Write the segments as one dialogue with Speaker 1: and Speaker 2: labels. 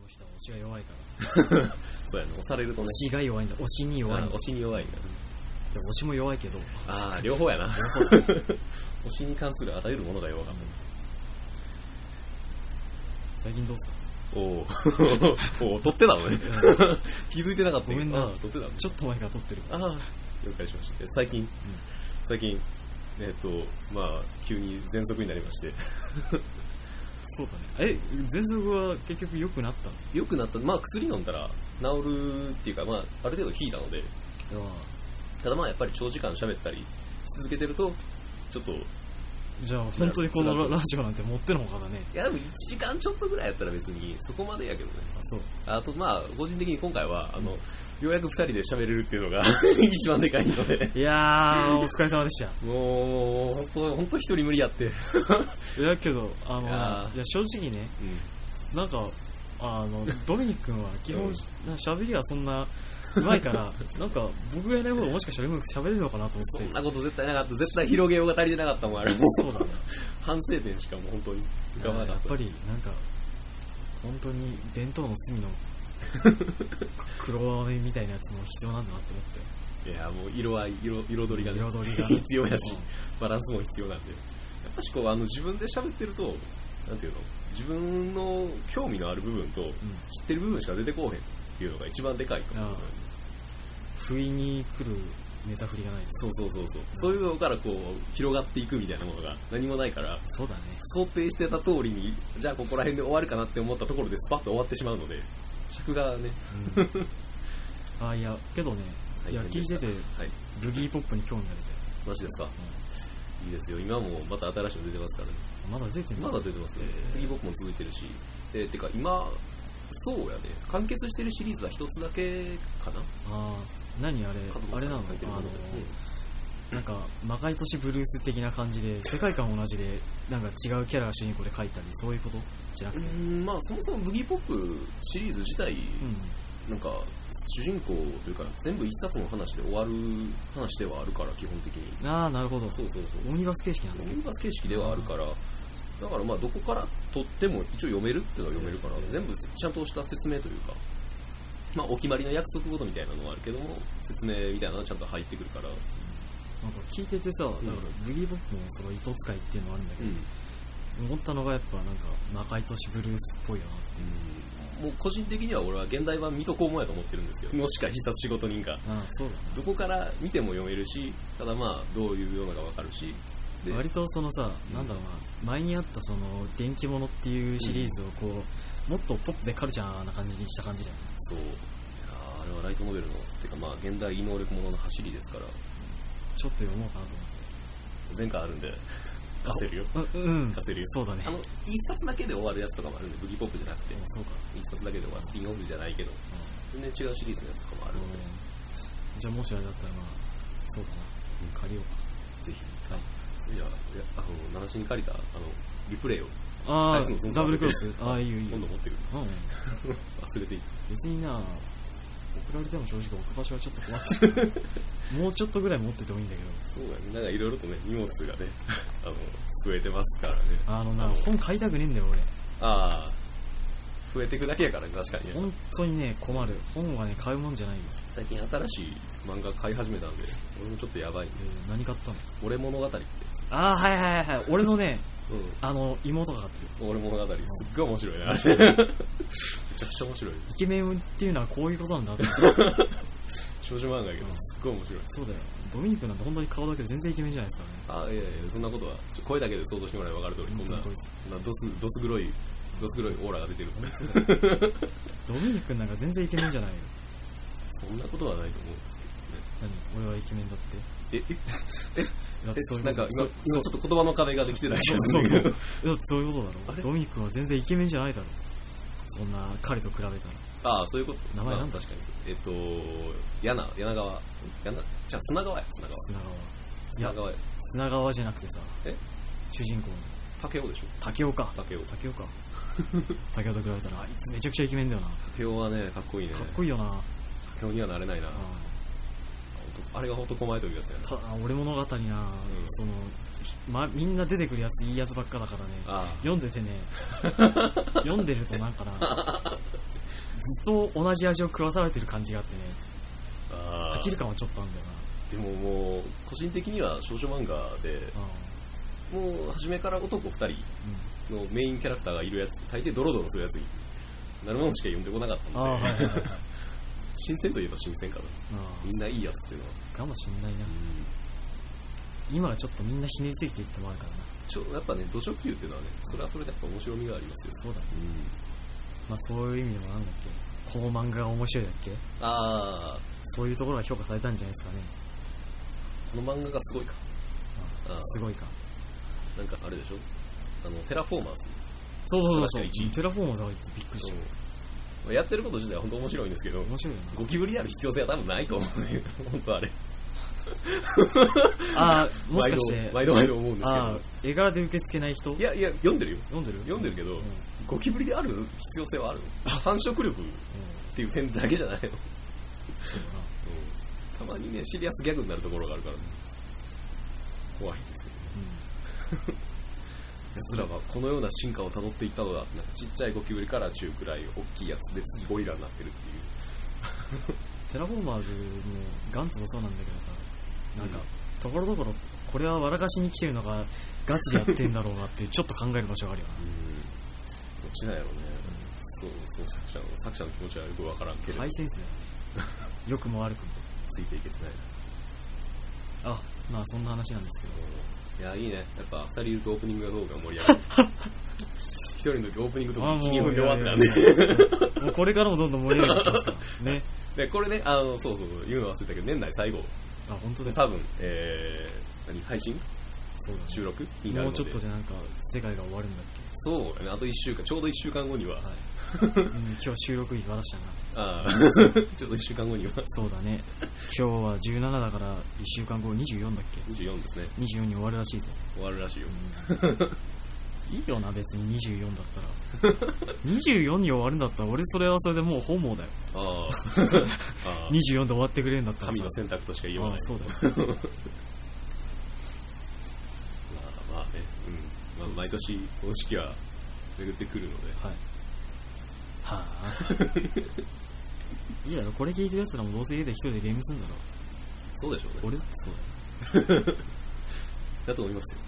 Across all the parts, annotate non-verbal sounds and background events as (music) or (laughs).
Speaker 1: の人は推しが弱いから
Speaker 2: そうやね押されるとね
Speaker 1: 推しが弱いんだ推しに弱いん
Speaker 2: あ
Speaker 1: だ
Speaker 2: 推しに弱いから
Speaker 1: で推しも弱いけど
Speaker 2: ああ両方やな推しに関するあらゆるものが弱かっ
Speaker 1: 最近どうすか
Speaker 2: たおお (laughs) おお取ってたの
Speaker 1: (laughs)
Speaker 2: ね (laughs) 気づいてなかったけ
Speaker 1: ご
Speaker 2: ど
Speaker 1: めんな
Speaker 2: あー取ってたのね
Speaker 1: ちょっと前から撮ってる
Speaker 2: ああ了解しましたえ最近、最近えっ、とまあ急に喘息になりまして
Speaker 1: そうだねえ喘息は結局良くなった
Speaker 2: 良くなったまあ薬飲んだら治るっていうか、まあ、ある程度引いたので
Speaker 1: のあ
Speaker 2: ただまあやっぱり長時間喋ったりし続けてるとちょっとい
Speaker 1: あじゃあ本当にこのラジオなんて持ってのほかだね
Speaker 2: やでも1時間ちょっとぐらいやったら別にそこまでやけどね
Speaker 1: あそう
Speaker 2: あとまあ個人的に今回はあのようやく2人で喋れるっていうのが (laughs) 一番でかいので
Speaker 1: いやーお疲れ様で
Speaker 2: (laughs)
Speaker 1: した
Speaker 2: もう本当本当一人無理やって、
Speaker 1: いやけどあの
Speaker 2: いやー
Speaker 1: いや正直ねなんかあ
Speaker 2: (laughs)
Speaker 1: のドミニク君は基
Speaker 2: う
Speaker 1: 本
Speaker 2: ん
Speaker 1: しゃべりはそんなうまいからなんか僕がやらないこともしかしたらうまくしゃべれるのかなと思
Speaker 2: そ
Speaker 1: っ
Speaker 2: ん
Speaker 1: て
Speaker 2: なこと絶対なかった絶対広げようが足りてなかったもんあれも
Speaker 1: そうだね
Speaker 2: 反省点しかもう本当に浮かばなか
Speaker 1: や
Speaker 2: っ
Speaker 1: ったぱりなんか本当に弁当の隅
Speaker 2: (laughs)
Speaker 1: の黒飴みたいなやつも必要なんだなって思って
Speaker 2: いやもう色合い色彩りが、ね、
Speaker 1: 彩りが
Speaker 2: (laughs) 必要やし
Speaker 1: うん
Speaker 2: バランスも必要なんでやっぱしこうあの自分で喋ってるとなんていうの自分の興味のある部分と知ってる部分しか出てこうへんっていうのが一番でかいかも
Speaker 1: ああ不意に来るネタ振りがないです
Speaker 2: そうそうそうそうそういうのからこう広がっていくみたいなものが何もないから
Speaker 1: そうだ
Speaker 2: (laughs)
Speaker 1: ね
Speaker 2: 想定してた通りにじゃあここら辺で終わるかなって思ったところでスパッと終わってしまうので尺がね
Speaker 1: あいやけどねいや
Speaker 2: 大
Speaker 1: 聞
Speaker 2: 変
Speaker 1: い
Speaker 2: でした
Speaker 1: てて
Speaker 2: はい
Speaker 1: ブギーポップに興味が出て、
Speaker 2: マジですかいいですよ今もまた新しいの出てますからね
Speaker 1: うんまだ出てない
Speaker 2: まだ出てますね。
Speaker 1: えー
Speaker 2: ピーボップも続いてるし。えーてか今、そうやね。完結してるシリーズは一つだけかな
Speaker 1: あー何あれ
Speaker 2: 角
Speaker 1: あ
Speaker 2: 野
Speaker 1: れ
Speaker 2: さ
Speaker 1: なの
Speaker 2: んが書いてる
Speaker 1: あ
Speaker 2: も
Speaker 1: の
Speaker 2: ので。
Speaker 1: なんか魔界都市ブルース的な感じで世界観同じでなんか違うキャラが主人公で描いたりそういうことじゃな
Speaker 2: う
Speaker 1: く
Speaker 2: ん
Speaker 1: て
Speaker 2: うんまあそもそもブギーポップシリーズ自体、
Speaker 1: う
Speaker 2: なんか主人公というか全部一冊の話で終わる話ではあるから、基本的に。
Speaker 1: んああなるほど
Speaker 2: そうそうそう。
Speaker 1: オムニバス形式なんだ
Speaker 2: オ
Speaker 1: けど
Speaker 2: ムニバス形式ではあるから、だからまあどこから取っても一応読めるっていうのは読めるから、全部ちゃんとした説明というか、まあお決まりの約束ごとみたいなのはあるけども、説明みたいなのはちゃんと入ってくるから、
Speaker 1: なんか聞いててさだからブギーボップのその糸使いっていうのはあるんだけど、思ったのがやっぱなんか魔界都市ブルースっぽいよなって
Speaker 2: もう個人的には俺は現代版水戸黄門やと思ってるんですけどもしか必殺仕事人か
Speaker 1: ああそうだな
Speaker 2: どこから見ても読めるしただまあどういうようなのが分かるしで
Speaker 1: 割とそのさ、
Speaker 2: うん
Speaker 1: なんだろうな前にあったその「電気物」っていうシリーズをこう、もっとポップでカルチャーな感じにした感じだよね
Speaker 2: そういやーあれはライトノベルのてかまあ現代異能力ものの走りですから
Speaker 1: ちょっと読もうかなと思って
Speaker 2: 前回あるんで貸せるよ
Speaker 1: ううん
Speaker 2: 貸せるよ
Speaker 1: そうだね
Speaker 2: あの一冊だけで終わるやつとかもあるんでブギポップじゃなくて
Speaker 1: うんそうか、
Speaker 2: 一冊だけで終わるスピンオフじゃないけど全然違うシリーズのやつとかもあ
Speaker 1: あ
Speaker 2: る
Speaker 1: の
Speaker 2: ので、
Speaker 1: じゃあもしあれだったらまあそうだな借りよう
Speaker 2: ぜひそういやいやあの七しに借りたあのリプレイを
Speaker 1: かなあ
Speaker 2: はいそうそう
Speaker 1: あダブルクロスああいいよいいよ
Speaker 2: 今度持ってくる
Speaker 1: うん
Speaker 2: 忘れていい
Speaker 1: 別にな送られても正直置く場所はちょっと困ってるもうちょっとぐらい持っててもいいんだけど
Speaker 2: そうだね、なんかいろいろとね、荷物が
Speaker 1: (laughs)
Speaker 2: ね、あの、増えてますからね。
Speaker 1: あのな
Speaker 2: あの
Speaker 1: 本買いたくねえんだよ
Speaker 2: ああ、増えていくだけやからね、確か
Speaker 1: 俺
Speaker 2: に。
Speaker 1: 本当にね困る本はね買うもんじゃないよ
Speaker 2: 最近新しい漫画買い始めたんで、俺もちょっとやばいね。
Speaker 1: で何買ったの
Speaker 2: 俺物語ってやつ。
Speaker 1: ああはいはいはい俺のね
Speaker 2: う
Speaker 1: あの妹が買ってる
Speaker 2: ん。俺物語、すっごい面白いね、あれめちゃくちゃ面白い。
Speaker 1: イケメンっていうのはこういうことなん (laughs) だって
Speaker 2: 少女漫画やけど、すっごい面白い。
Speaker 1: そうだよドミニクなんて本当に顔だけで全然イケメンじゃないですからね
Speaker 2: あいやいや、そんなことは、ちょ声だけで想像してもらえば分かる通り、こんな、
Speaker 1: 本当に
Speaker 2: こんなドス、ドス黒い、ドス黒いオーラが出てる。
Speaker 1: ドミニクなんか全然イケメンじゃないよ
Speaker 2: そんなことはないと思うんです
Speaker 1: 何俺はイケメンだって
Speaker 2: けどね。え、
Speaker 1: だっ
Speaker 2: え
Speaker 1: てそういう
Speaker 2: な
Speaker 1: こ
Speaker 2: ん
Speaker 1: と
Speaker 2: か今、
Speaker 1: そ
Speaker 2: 今
Speaker 1: う
Speaker 2: ちょっと言葉の壁ができてない
Speaker 1: そ
Speaker 2: け
Speaker 1: う
Speaker 2: ど
Speaker 1: そうそうだってそういうことだ
Speaker 2: あ
Speaker 1: ろ
Speaker 2: れ
Speaker 1: ドミニクは全然イケメンじゃないだろそんな彼と比べたら
Speaker 2: (laughs) ああ、そういうこと。
Speaker 1: 名前なん
Speaker 2: ま
Speaker 1: だ
Speaker 2: あ確かにそう。えっと、柳、柳川。柳じゃあ、砂川や、砂川。
Speaker 1: 砂川
Speaker 2: 砂川や。
Speaker 1: 砂川じゃなくてさ
Speaker 2: え
Speaker 1: 主人公の
Speaker 2: 竹雄でしょ
Speaker 1: 竹雄か
Speaker 2: 竹雄。
Speaker 1: 竹雄か (laughs) 竹雄と比べたらあいつめちゃくちゃイケメンだよなか
Speaker 2: 竹雄はね、かっこいいね。
Speaker 1: っこいいよな、
Speaker 2: 竹雄にはなれないな。
Speaker 1: あ
Speaker 2: 男あれが男前というやつやな。
Speaker 1: ただ俺物語な、その、ま、みんな出てくるやつい
Speaker 2: (laughs)
Speaker 1: いやつばっかだからね
Speaker 2: あ
Speaker 1: 読んでてね読んでるとなんかなと同じ味を食わされてる感じがあってね
Speaker 2: あ
Speaker 1: 飽きる
Speaker 2: ー
Speaker 1: 感はちょっとあるんだよ
Speaker 2: でももう個人的には少女漫画で
Speaker 1: な
Speaker 2: もう初めから男2人
Speaker 1: う
Speaker 2: のメインキャラクターがいるやつ大抵ドロドロするやつになるものしか呼んでこなかった
Speaker 1: ん、ああ
Speaker 2: の
Speaker 1: はい
Speaker 2: で、
Speaker 1: はいはい、はい
Speaker 2: 新鮮といえば新鮮かな
Speaker 1: あ
Speaker 2: みんないいやつっていうのは、
Speaker 1: あかもしんないな今はちょっとみんなひねりすぎていってもあるからな
Speaker 2: ちょやっぱね土直球っていうのはねそれはそれでやっぱ面白みがありますよ、
Speaker 1: そうだね
Speaker 2: うん、
Speaker 1: まあそういう意味でもなんだっけこの漫画が面白いだっけ
Speaker 2: ああ
Speaker 1: そういうところが評価されたんじゃないですかね
Speaker 2: この漫画がすごいか
Speaker 1: あ
Speaker 2: あ
Speaker 1: あ
Speaker 2: あ
Speaker 1: すごいか
Speaker 2: なんかあれでしょあのテラフォーマーズ
Speaker 1: そうそうそうそう
Speaker 2: 確かに
Speaker 1: テラフォーマーズはびっくりした、
Speaker 2: うんやってること自体は本当面白いんですけど
Speaker 1: 面白いよな
Speaker 2: ゴキブリである必要性は多分ないと思うね (laughs) 本当あれ
Speaker 1: ああもしかして
Speaker 2: 毎度毎度毎度思うんですけ
Speaker 1: ああ
Speaker 2: ど
Speaker 1: 絵柄で受け付けない人
Speaker 2: いやいや読んでるよ
Speaker 1: 読んでる
Speaker 2: 読んでるけど
Speaker 1: う
Speaker 2: ゴキブリである必要性はあるの繁殖力
Speaker 1: う
Speaker 2: っ
Speaker 1: ん
Speaker 2: ていう点だけじゃないの、
Speaker 1: そうだな
Speaker 2: たまにねシリアスギャグになるところがあるから、ね、怖いんですよ奴らはこのような進化をたどっていったのだなんかちっちゃいゴキブリから中くらい大きいやつで次ゴリラになってるっていう
Speaker 1: テラフォーマーズもガンツもそうなんだけどさなんかところどころこれは笑かしに来てるのかガチでやってんだろうなっていうちょっと考える場所がある
Speaker 2: (laughs)
Speaker 1: よな
Speaker 2: うんどっちなんやろうね、そうそう作者の作者の気持ちはよくわからんけれど、
Speaker 1: ハイセンスだよね良くも悪くも
Speaker 2: ついていけてない
Speaker 1: あまあそんな話なんですけど
Speaker 2: いやいいねやっぱ2人いるとオープニングがどうか盛り上がる
Speaker 1: (laughs)
Speaker 2: 一人の時オープニングとか
Speaker 1: あ
Speaker 2: 12分で終わってたん
Speaker 1: い
Speaker 2: で
Speaker 1: やいやいやもうこれからもどんどん盛り上がってますから (laughs) ね
Speaker 2: でこれねあのそうそうそう言うの忘れたけど年内最後
Speaker 1: あ本当だ
Speaker 2: 多分えー、何配信
Speaker 1: そうだね
Speaker 2: 収録になる
Speaker 1: も
Speaker 2: の
Speaker 1: う
Speaker 2: で
Speaker 1: ちょっとでなんか世界が終わるんだっ
Speaker 2: そうやねあと1週間ちょうど1週間後には、
Speaker 1: け、うん、今日収録日渡した (laughs) な
Speaker 2: あ
Speaker 1: (laughs)
Speaker 2: あちょうど1週間後には
Speaker 1: そうだね今日は17だから1週間後24だっけ
Speaker 2: 24ですね
Speaker 1: 24に終わるらしいぜ、
Speaker 2: 終わるらしいよ、
Speaker 1: うんいいよな別に24だった (laughs) ら24に終わるんだったら俺それはそれでもう本望だよ (laughs)
Speaker 2: ああああ
Speaker 1: 24で終わってくれるんだったら
Speaker 2: 神
Speaker 1: さ
Speaker 2: の選択としか言わ
Speaker 1: あ
Speaker 2: ない
Speaker 1: あそうだよ
Speaker 2: まあまあね、うん。まあ、毎年、この時期は巡ってくるので、
Speaker 1: はいはあいいだろこれ聞いてる奴らもどうせ家で一人でゲームするんだろ
Speaker 2: そうでしょうね。
Speaker 1: 俺だってそう
Speaker 2: だと思いますよ。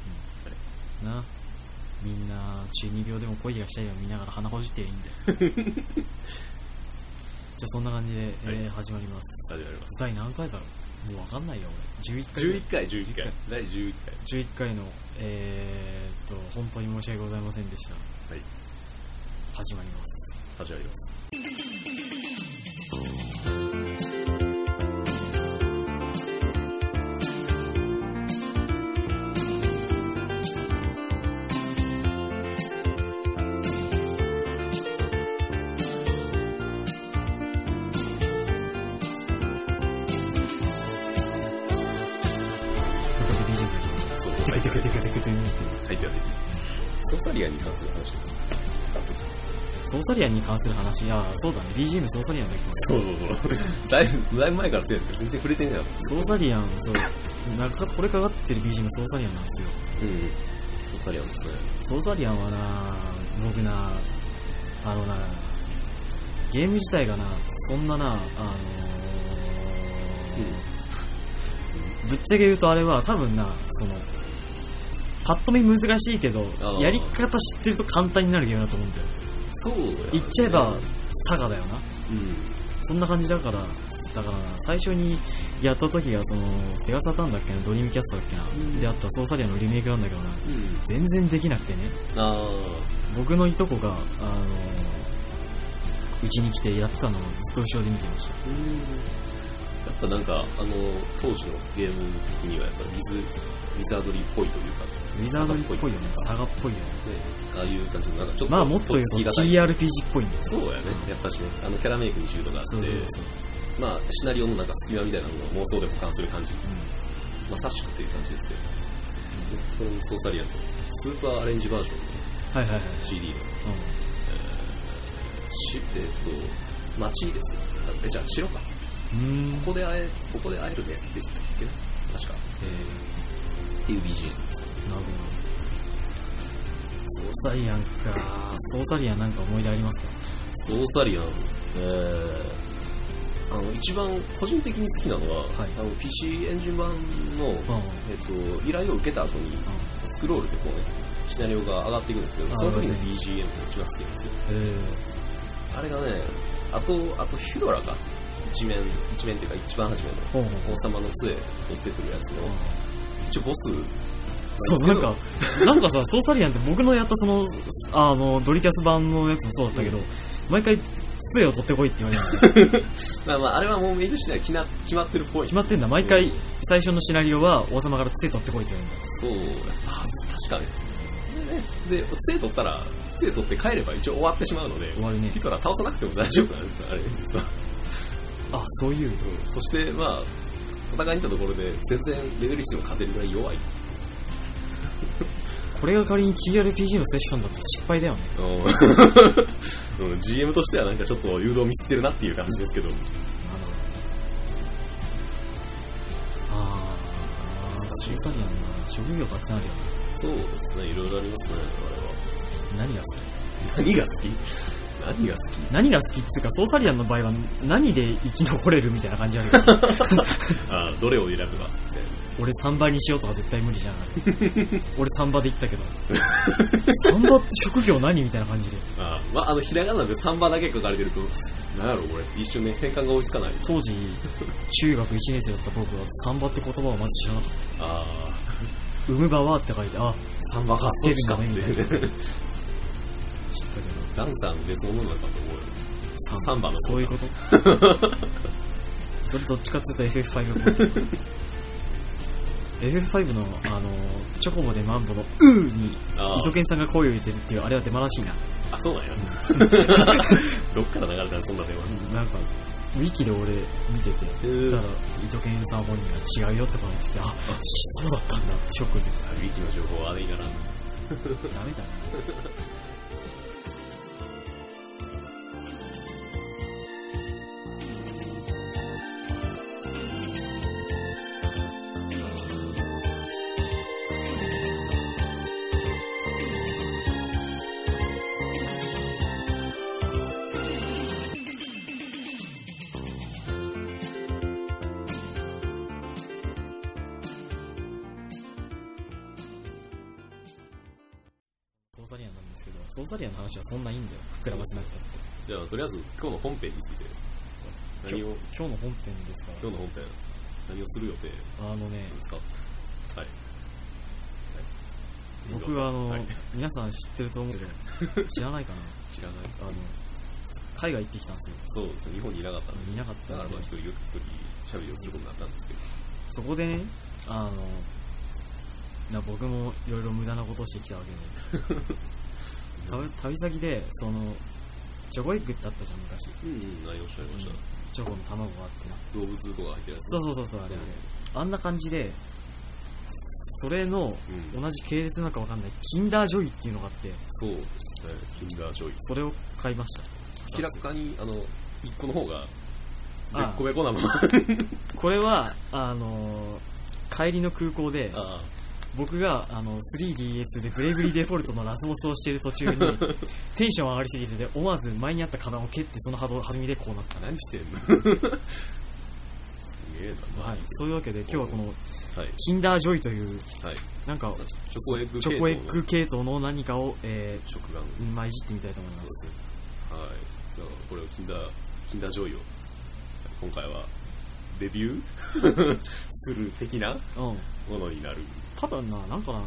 Speaker 1: だよなみんな中二病でも恋がしたいを見ながら鼻ほじってりゃいいんだよじゃあそんな感じで、えー
Speaker 2: はい
Speaker 1: 始まります
Speaker 2: 始まります。
Speaker 1: 第何回だろうもう分かんないよ俺11回ぐらい
Speaker 2: 11回、11回。第11回。
Speaker 1: 11回のえー、っと本当に申し訳ございませんでした
Speaker 2: はい
Speaker 1: 始まります
Speaker 2: 始まります。
Speaker 1: ということで BGM が来てテクテクテク
Speaker 2: そう、入っては
Speaker 1: テクテクになってる
Speaker 2: いてはね。ソーサリアに関する話だよ
Speaker 1: ソーサリアンに関する話いやそうだね BGM ソーサリアンだけど
Speaker 2: そうそうそう。 (laughs) だいぶ、だいぶ前からせやけど、全然触れてんねやろ。
Speaker 1: ソーサリアンそうなんかこれかかってる BGM ソーサリアンなんですよ
Speaker 2: うん。ソーサリアンですね。
Speaker 1: ソーサリアンはな僕なあのなゲーム自体がなそんななあのーぶっちゃけ言うとあれは多分なそのパッと見難しいけど
Speaker 2: あー
Speaker 1: やり方知ってると簡単になるゲームだと思うんだよ
Speaker 2: そうや、ね。
Speaker 1: 言っちゃえば佐賀だよな
Speaker 2: うん。
Speaker 1: そんな感じだからだからな最初にやった時がそのセガサターンだっけなドリームキャストだっけな、
Speaker 2: うん
Speaker 1: であったソーサリアのリメイクなんだけどな
Speaker 2: うん。
Speaker 1: 全然できなくてね
Speaker 2: ああ。
Speaker 1: 僕のいとこがあのうちに来てやってたのをずっと後ろで見てました
Speaker 2: うん。やっぱなんか、あの、当時のゲーム的には、やっぱリズ、リザードリーっぽいというか、
Speaker 1: ウィザードリーっぽいよね
Speaker 2: 佐
Speaker 1: 佐賀っぽいよね
Speaker 2: ね、ああいう感じの、なんかちょっと、
Speaker 1: まあもっと言う
Speaker 2: つ
Speaker 1: と
Speaker 2: きがたい
Speaker 1: TRPG っぽいんだよ
Speaker 2: そうやね、やっぱしね、あのキャラメイクに重度があって、
Speaker 1: そうそうそう、
Speaker 2: まあ、シナリオのなんか隙間みたいなのを妄想で補完する感じ、
Speaker 1: うん
Speaker 2: まさしくっていう感じですけど、これもソーサリアンのスーパーアレンジバージョ
Speaker 1: は
Speaker 2: ンの
Speaker 1: いはいはい、
Speaker 2: CD
Speaker 1: う
Speaker 2: の、しえっ、と、街ですよ。え、じゃあ、城か。
Speaker 1: ん、うーん
Speaker 2: ここで会え、ここで会えるね、でしたっけな確か。
Speaker 1: え
Speaker 2: っていう BGM です。
Speaker 1: ー、なるほどソーサリアンかソーサリアンなんか思い出ありますか
Speaker 2: ソーサリアン、えーあの一番個人的に好きなのは、
Speaker 1: はい
Speaker 2: あの PC エンジン版の、
Speaker 1: うんうん
Speaker 2: えっと、依頼を受けた後にスクロールでこうねシナリオが上がっていくんですけど
Speaker 1: あ
Speaker 2: その時
Speaker 1: 上が
Speaker 2: の
Speaker 1: る
Speaker 2: BGM が一番好きなんですよ
Speaker 1: え
Speaker 2: あれがねあとあとヒュドラか一面一面っていうか一番初めの
Speaker 1: ー、ほうほうほう
Speaker 2: 王様の杖持ってくるやつの一応ボスなんですけど
Speaker 1: そう、なんか、なん (laughs) かさ、ソーサリアンって僕のやったその、すあの、ドリキャス版のやつもそうだったけど、毎回、杖を取ってこいって言われるの
Speaker 2: まあまああれはもうメイドしては決な決まってるっぽい
Speaker 1: 決まってんだ、毎回、最初のシナリオは王様から杖取ってこいって言われるんだ。
Speaker 2: そうやったはず確かにで杖取ったら杖取って帰れば一応終わってしまうので
Speaker 1: 終わるね
Speaker 2: ヒ。ュドラ倒さなくても大丈夫なんですあれ実は
Speaker 1: あ、そういう。
Speaker 2: そしてまあ戦いに行ったところで全然レベル1でも勝てるぐらい弱い
Speaker 1: これが仮に TRPG のセッションだと失敗だよね。
Speaker 2: (laughs) うんうん GM としてはなんかちょっと誘導ミスってるなっていう感じですけど、
Speaker 1: あー、ソーサリアンな、職業たくさんあるよね。
Speaker 2: そうですねいろいろありますね
Speaker 1: 何が好き
Speaker 2: あれは何が好き何が好き
Speaker 1: 何が好きっつうか、ソーサリアンの場合は何で生き残れるみたいな感じあるよね。
Speaker 2: あどれを選ぶか
Speaker 1: 俺サンバにしようとか絶対無理じゃん俺サンバで言ったけどサンバって職業何みたいな感じで
Speaker 2: あまああのひらがなで3番だけ書かれてると何やろこれ一瞬ね変換が追いつかない
Speaker 1: 当時中学1年生だった僕はサンバって言葉をまず知らなかっ
Speaker 2: あ
Speaker 1: た産む場はって書いてあ
Speaker 2: あ3番か
Speaker 1: 助けるんだね
Speaker 2: そっちかっ
Speaker 1: 知ったけ
Speaker 2: て
Speaker 1: ど
Speaker 2: ダンサーの別のものだったと思うよ
Speaker 1: サ
Speaker 2: サンバの方
Speaker 1: そういうことそれどっちかっつうと FF5 っぽい FF5 のあのチョコボでマンボの「う」に
Speaker 2: あ
Speaker 1: イソケンさんが声を入れてるっていうあれは出間らしいな
Speaker 2: あそう
Speaker 1: (laughs)
Speaker 2: なんやどっから流れたらそんな電話
Speaker 1: なんかウィキで俺見てて
Speaker 2: えー
Speaker 1: だから、伊藤健さん本人は違うよって言ってて、あ、そうだったんだってショックで
Speaker 2: あウィキの情報はあれいいかな
Speaker 1: ダメだね。ソーサリアンなんですけど、ソーサリアンの話はそんないいんだよ。膨らませなくたって。
Speaker 2: じゃあとりあえず今日の本編について何を
Speaker 1: 今日の本編ですか
Speaker 2: 今日の本編何をする予定で
Speaker 1: ら。あのね、
Speaker 2: すかはい
Speaker 1: 僕はあの、
Speaker 2: はい
Speaker 1: 皆さん知ってると思うけど、知らないか
Speaker 2: 知らない (laughs)
Speaker 1: な。あの、海外行ってきたんですよ。
Speaker 2: そうですね日本にいなかったの
Speaker 1: いなかった
Speaker 2: だから
Speaker 1: んで
Speaker 2: まあ一人よく一人喋りをすることになったんですけど
Speaker 1: そこでね、あの、な僕もいろいろ無駄なことをしてきたわ (laughs) けで、旅旅先で、その、チョコエッグってあったじゃん、昔。
Speaker 2: うんうん何をおっしゃいました、
Speaker 1: チョコの卵があってな。
Speaker 2: 動物とか入ってるやつ
Speaker 1: そうそうそうそう、あれあれ。あんな感じで、それの
Speaker 2: うん
Speaker 1: 同じ系列なのかわかんない、キンダージョイっていうのがあって、
Speaker 2: そうですねキンダージョイ
Speaker 1: それを買いました。
Speaker 2: 明らかにあの一個の方がべ
Speaker 1: あ
Speaker 2: っこべこ
Speaker 1: (laughs)
Speaker 2: なもん
Speaker 1: これは、あのー帰りの空港で、
Speaker 2: あ
Speaker 1: 僕があの 3DS でブレイブリーデフォルトのラスボスをしている途中 (laughs) に、テンション上がりすぎてて、思わず前にあった花壇を蹴って、その波動弾みでこうなった。
Speaker 2: あ何してん (laughs) のすげえな
Speaker 1: はい、そういうわけで、今日はこの、
Speaker 2: はい
Speaker 1: キンダージョイという、
Speaker 2: はい
Speaker 1: なんか、
Speaker 2: チョコエッグ
Speaker 1: チ
Speaker 2: 系
Speaker 1: ョ
Speaker 2: 統
Speaker 1: コエ
Speaker 2: の
Speaker 1: ッグ系統の何かを、え
Speaker 2: 食玩
Speaker 1: ー、まあ、いじってみたいと思い
Speaker 2: そ
Speaker 1: ま。
Speaker 2: うですすねはいだからこれをキンダーキンダージョイを今回はレビュー (laughs) する的な
Speaker 1: うん。
Speaker 2: ものになる
Speaker 1: 多分な、なんかな、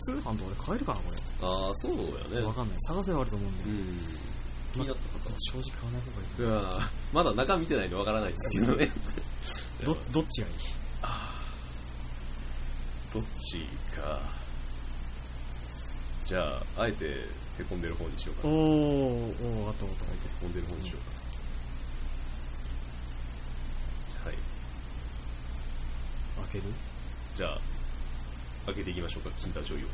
Speaker 1: 通販とかで買えるかな、こ
Speaker 2: ああそう
Speaker 1: れ。
Speaker 2: やね
Speaker 1: わかんない。探せはあると思うん
Speaker 2: う
Speaker 1: で。
Speaker 2: ん気になった
Speaker 1: まあ
Speaker 2: 方
Speaker 1: 正直買わない方がいいと
Speaker 2: うわまだ中見てないんでわからないですけど (laughs) ね
Speaker 1: 思う。ど、どっちがいい
Speaker 2: どっちかじゃああえてへこんでる方にしようか
Speaker 1: おー、
Speaker 2: なへ
Speaker 1: おー、あったあったあっ
Speaker 2: こんでる方にしようかはい
Speaker 1: た。開ける
Speaker 2: じゃあ開けていきましょうかキンダージョイを
Speaker 1: も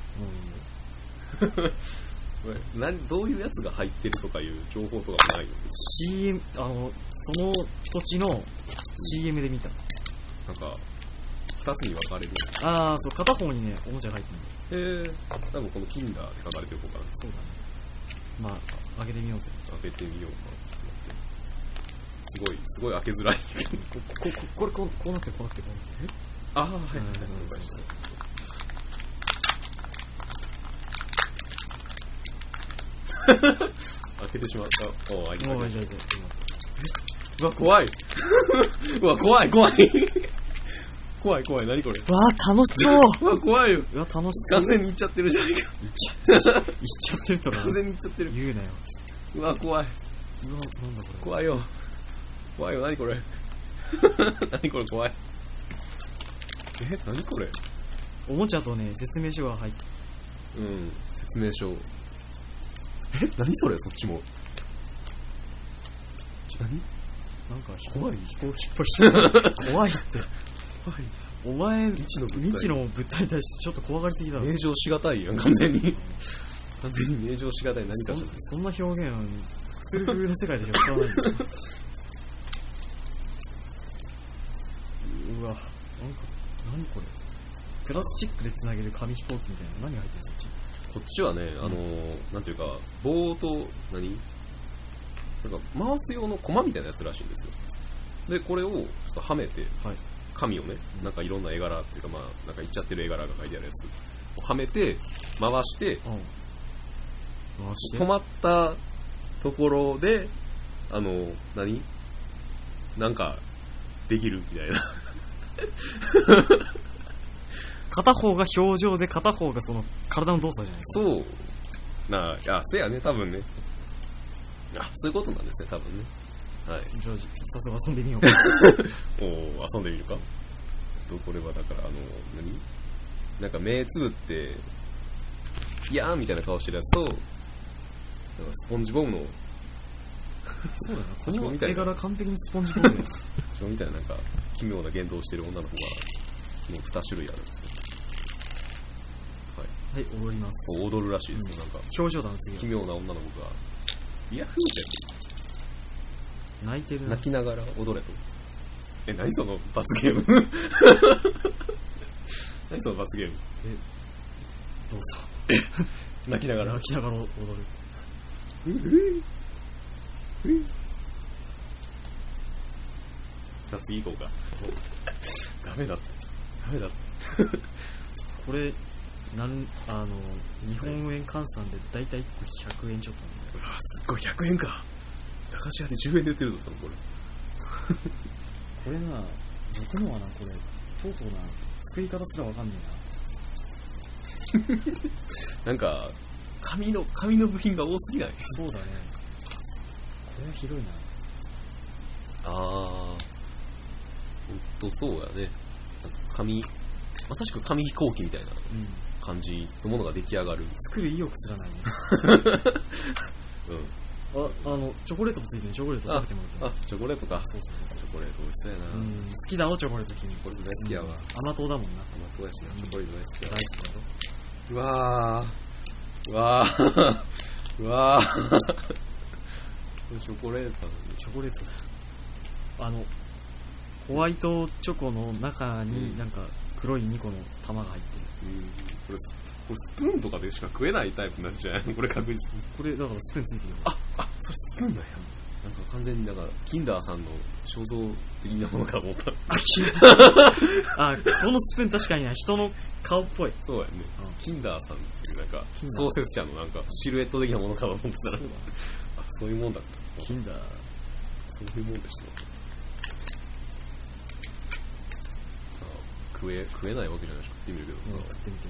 Speaker 1: ういいよ。
Speaker 2: などういうやつが入ってるとかいう情報とかもないの
Speaker 1: CM、あの、その土地の CM で見た。
Speaker 2: なんか2つに分かれる
Speaker 1: あー、そう、片方にね、おもちゃが入ってるんだよ。
Speaker 2: へえ多分このキンダーって書かれてる方から
Speaker 1: そうだね。まあ、開けてみようぜ。
Speaker 2: 開けてみようかなと思ってすごい、すごい開けづらい。
Speaker 1: ここここれこうこうなってこうなってこうなって
Speaker 2: ああ、はい、はい、はい
Speaker 1: うん
Speaker 2: 了解です開けてしまった。おお、開いた
Speaker 1: もう
Speaker 2: 開い
Speaker 1: じゃあじゃ
Speaker 2: た。うわ、怖い。うわ、怖い、怖い。怖い、怖い、何これ。 (laughs)
Speaker 1: あわあ楽しそう
Speaker 2: うわ、怖いよ。
Speaker 1: うわ楽しそう
Speaker 2: 完全にいっちゃってるじゃないか。
Speaker 1: いっちゃいっちゃってるとか
Speaker 2: 完全にいっちゃってる。
Speaker 1: 言うなよ
Speaker 2: うわ、怖
Speaker 1: うわ
Speaker 2: い。
Speaker 1: なんだこれ
Speaker 2: 怖いよ。怖いよ、何これ。 (laughs) 何これ、怖い。え、何これ。
Speaker 1: おもちゃとね説明書が入って
Speaker 2: うん、説明書。え、何それ、そっちも。ち何
Speaker 1: なんか飛行
Speaker 2: 怖い
Speaker 1: 飛行引っ張りしてる怖いって
Speaker 2: 怖い。
Speaker 1: お前
Speaker 2: 未知の物体
Speaker 1: 未知の物体に対してちょっと怖がりすぎだろ
Speaker 2: 名状しがたいやん、完全に。完全に名状しがたい、何か
Speaker 1: そ
Speaker 2: し
Speaker 1: ん
Speaker 2: ら。
Speaker 1: そんな表現普通風の世界でしか使わないんですようわなんか何これプラスチックでつなげる紙飛行機みたいなの何入ってるそっち
Speaker 2: こっちはね、あのー、なんていうか、棒と、何なんか、回す用の駒みたいなやつらしいんですよ。で、これを、ちょっとはめて、
Speaker 1: はい
Speaker 2: 紙をね、なんかいろんな絵柄っていうか、まあ、なんかいっちゃってる絵柄が書いてあるやつをはめて、回して、
Speaker 1: うん回して
Speaker 2: 止まったところで、あの、何なんか、できるみたい
Speaker 1: (laughs)
Speaker 2: な。
Speaker 1: 片方が表情で片方がその体の動作じゃないですか
Speaker 2: そう。なあ、あ、せやね、多分ね。あ、そういうことなんですね、多分ね。はい。
Speaker 1: じゃあ早速遊んで
Speaker 2: (laughs)
Speaker 1: みようか
Speaker 2: おー遊んでみるかとこれはだからあの何なんか目つぶっていやーみたいな顔してるやつとなんかスポンジボブの
Speaker 1: そうだなこ
Speaker 2: こっちもみた
Speaker 1: の
Speaker 2: い
Speaker 1: 絵
Speaker 2: な
Speaker 1: 柄完璧にスポンジボールです
Speaker 2: 人みたいななんか奇妙な言動をしてる女の子がの2種類あるんです
Speaker 1: はい踊ります
Speaker 2: よこう踊るらしいですよなんか
Speaker 1: 表情だな
Speaker 2: 奇
Speaker 1: 次は
Speaker 2: 妙な女の子がイヤフーみ
Speaker 1: 泣いてる
Speaker 2: たい
Speaker 1: な
Speaker 2: な泣きながら踊れとえ何その罰ゲーム何その罰ゲーム
Speaker 1: 動作
Speaker 2: 泣きながら
Speaker 1: 泣きながら踊る
Speaker 2: さあ次行こうかダメだってダメだって
Speaker 1: これなんあの日本円換算で大体1個100円ちょっとなんで
Speaker 2: うわすっごい100円か駄菓子屋で10円で売ってるぞ多分これ
Speaker 1: これな僕のはなこれとうとうな作り方すらわかんね
Speaker 2: なんか紙の紙の部品が多すぎない
Speaker 1: えなそうだねこれはひどいな
Speaker 2: ああほんとそうやねなんか紙まさしく紙飛行機みたいな
Speaker 1: うん
Speaker 2: 感じのものが出来上がる
Speaker 1: 作る意欲すらないね
Speaker 2: うん
Speaker 1: ああのチョコレートもついてるねチョコレート食べてもらっても
Speaker 2: あチョコレートか
Speaker 1: そうそうそう
Speaker 2: チョコレート美味しそうやな、
Speaker 1: うん
Speaker 2: チ
Speaker 1: 好きだろチョコレート君
Speaker 2: ョコレート大好きやわ、
Speaker 1: うん
Speaker 2: まあ
Speaker 1: 甘党だもんな
Speaker 2: そうやしなチョコレート大好きや
Speaker 1: 大
Speaker 2: わ
Speaker 1: 好きだろ
Speaker 2: うわーうわーうわー (laughs) これチョコレートなのに
Speaker 1: チョコレートだあのホワイトチョコの中
Speaker 2: う
Speaker 1: に
Speaker 2: ん
Speaker 1: なんか黒い2個の玉が入ってる
Speaker 2: うんこれスこれスプーンとかでしか食えないタイプのやつじゃない (laughs) これ確実に
Speaker 1: これだからスプーンついてるよ
Speaker 2: ああそれスプーンだよなんか完全にだからキンダーさんの肖像的なものかと思った
Speaker 1: (laughs) あ、このスプーン確かにな、人の顔っぽい。
Speaker 2: (laughs) そうやね
Speaker 1: うん
Speaker 2: キンダーさんっていうなんか
Speaker 1: キンダー
Speaker 2: 創設者のなんかシルエット的なものかと思ってた
Speaker 1: そ
Speaker 2: ら
Speaker 1: う
Speaker 2: (laughs) あそういうもんだった
Speaker 1: 金だ。
Speaker 2: そういうもんでしたあ食え食えないわけじゃないし食ってみるけどさ、
Speaker 1: 食ってみて。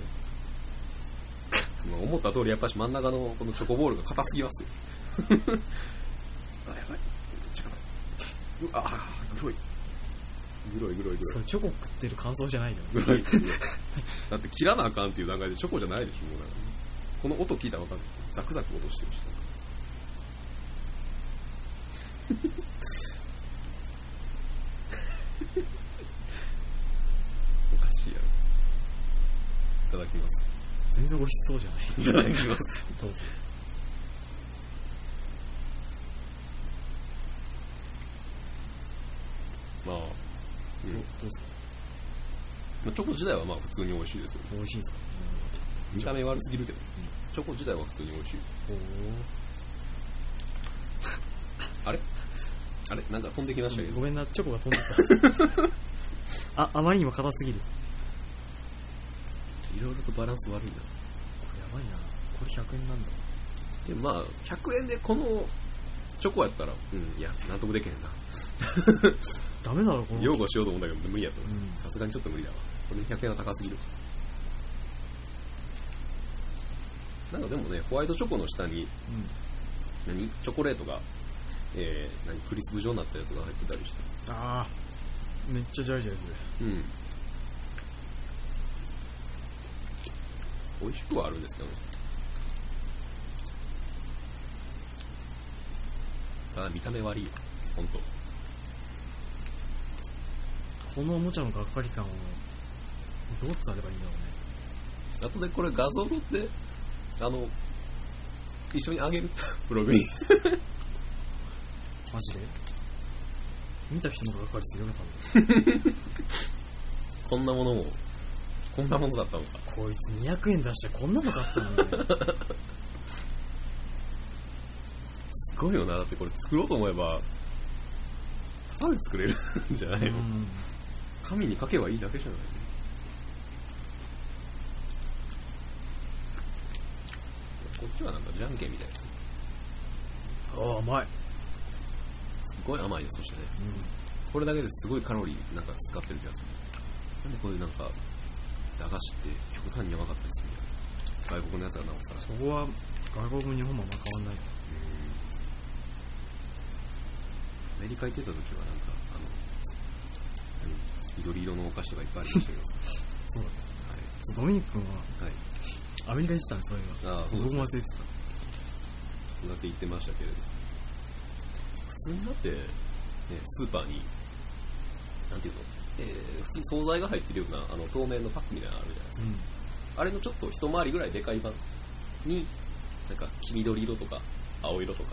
Speaker 2: まあ思った通りやっぱし真ん中のこのチョコボールが硬すぎ (laughs) ますよあやばいちょっとうわあグロいグロいグロいグ
Speaker 1: そ
Speaker 2: ロ
Speaker 1: れチョコ食ってる感想じゃないよ。
Speaker 2: いグロいグロい (laughs) だって切らなあかんっていう段階でチョコじゃないでしょもうだからこの音聞いたらわかるザクザク音して (laughs) るしなんかおかしいやろいただきます
Speaker 1: 全然美味しそうじゃない。
Speaker 2: いただきます
Speaker 1: どうぞ。
Speaker 2: まあ、うん
Speaker 1: どどうですか
Speaker 2: まあチョコ自体はまあ普通に美味しいですよね
Speaker 1: 美味しいですか
Speaker 2: 見た目悪すぎるけど、チョコ自体は普通に美味しい
Speaker 1: おー
Speaker 2: あれあれなんか飛んできましたけど
Speaker 1: ごめんな、チョコが飛んで (laughs) た。あ、あまりにも硬すぎる。
Speaker 2: いろいろとバランス悪い
Speaker 1: こ
Speaker 2: な
Speaker 1: れやばいな。これ100円なんだ。
Speaker 2: でもまあ100円でこのチョコやったらうんいや納得できへんな
Speaker 1: ダメだろ、この。
Speaker 2: 擁護しようと思うんだけど無理やと
Speaker 1: うん。
Speaker 2: さすがにちょっと無理だわこれ100円は高すぎるなんかでもねホワイトチョコの下に何チョコレートが、えー、何クリスプ状になったやつが入ってたりして
Speaker 1: ああ。めっちゃジャリジャリする。
Speaker 2: うん美味しくはあるんですけどねただ見た目悪いわ本当。
Speaker 1: このおもちゃのがっかり感を、どう伝えればいいんだろうね。
Speaker 2: あとでこれ画像撮って、あの、一緒にあげるブログに。
Speaker 1: マジで見た人のがっかりするよね、
Speaker 2: こんなものも、こんなものだったのか。
Speaker 1: 多分。こいつ200円出してこんなの買ったのに、ね。
Speaker 2: すごいよな。だってこれ作ろうと思えば、ただで作れるんじゃないの、
Speaker 1: うん
Speaker 2: 紙に書けばいいだけじゃないこっちはなんかじゃんけんみたいですね。
Speaker 1: ああ、甘い。
Speaker 2: すごい甘いね、そしてね。
Speaker 1: うん
Speaker 2: これだけですごいカロリーなんか使ってる気がする。なんでこういうなんか、駄菓子って極端に甘かったりするんだろう外国のやつがなおさら。
Speaker 1: そこは外国も日本もあんま変わんない
Speaker 2: アメリカ行ってた時はなんかあの何緑色のお菓子とかいっぱいありましたけど
Speaker 1: そうだねそうドミニク君はア
Speaker 2: はい、
Speaker 1: メリカ行ってたねそういえば
Speaker 2: はい、ああそうで
Speaker 1: 僕
Speaker 2: す
Speaker 1: も
Speaker 2: ね
Speaker 1: 忘れてた
Speaker 2: だけ行ってましたけれど普通になって、ね、スーパーになんていうの、えー普通に惣菜が入ってるようなあの透明のパックみたいなのあるじゃないですか
Speaker 1: うん
Speaker 2: あれのちょっと一回りぐらいでかい版になんか黄緑色とか青色とか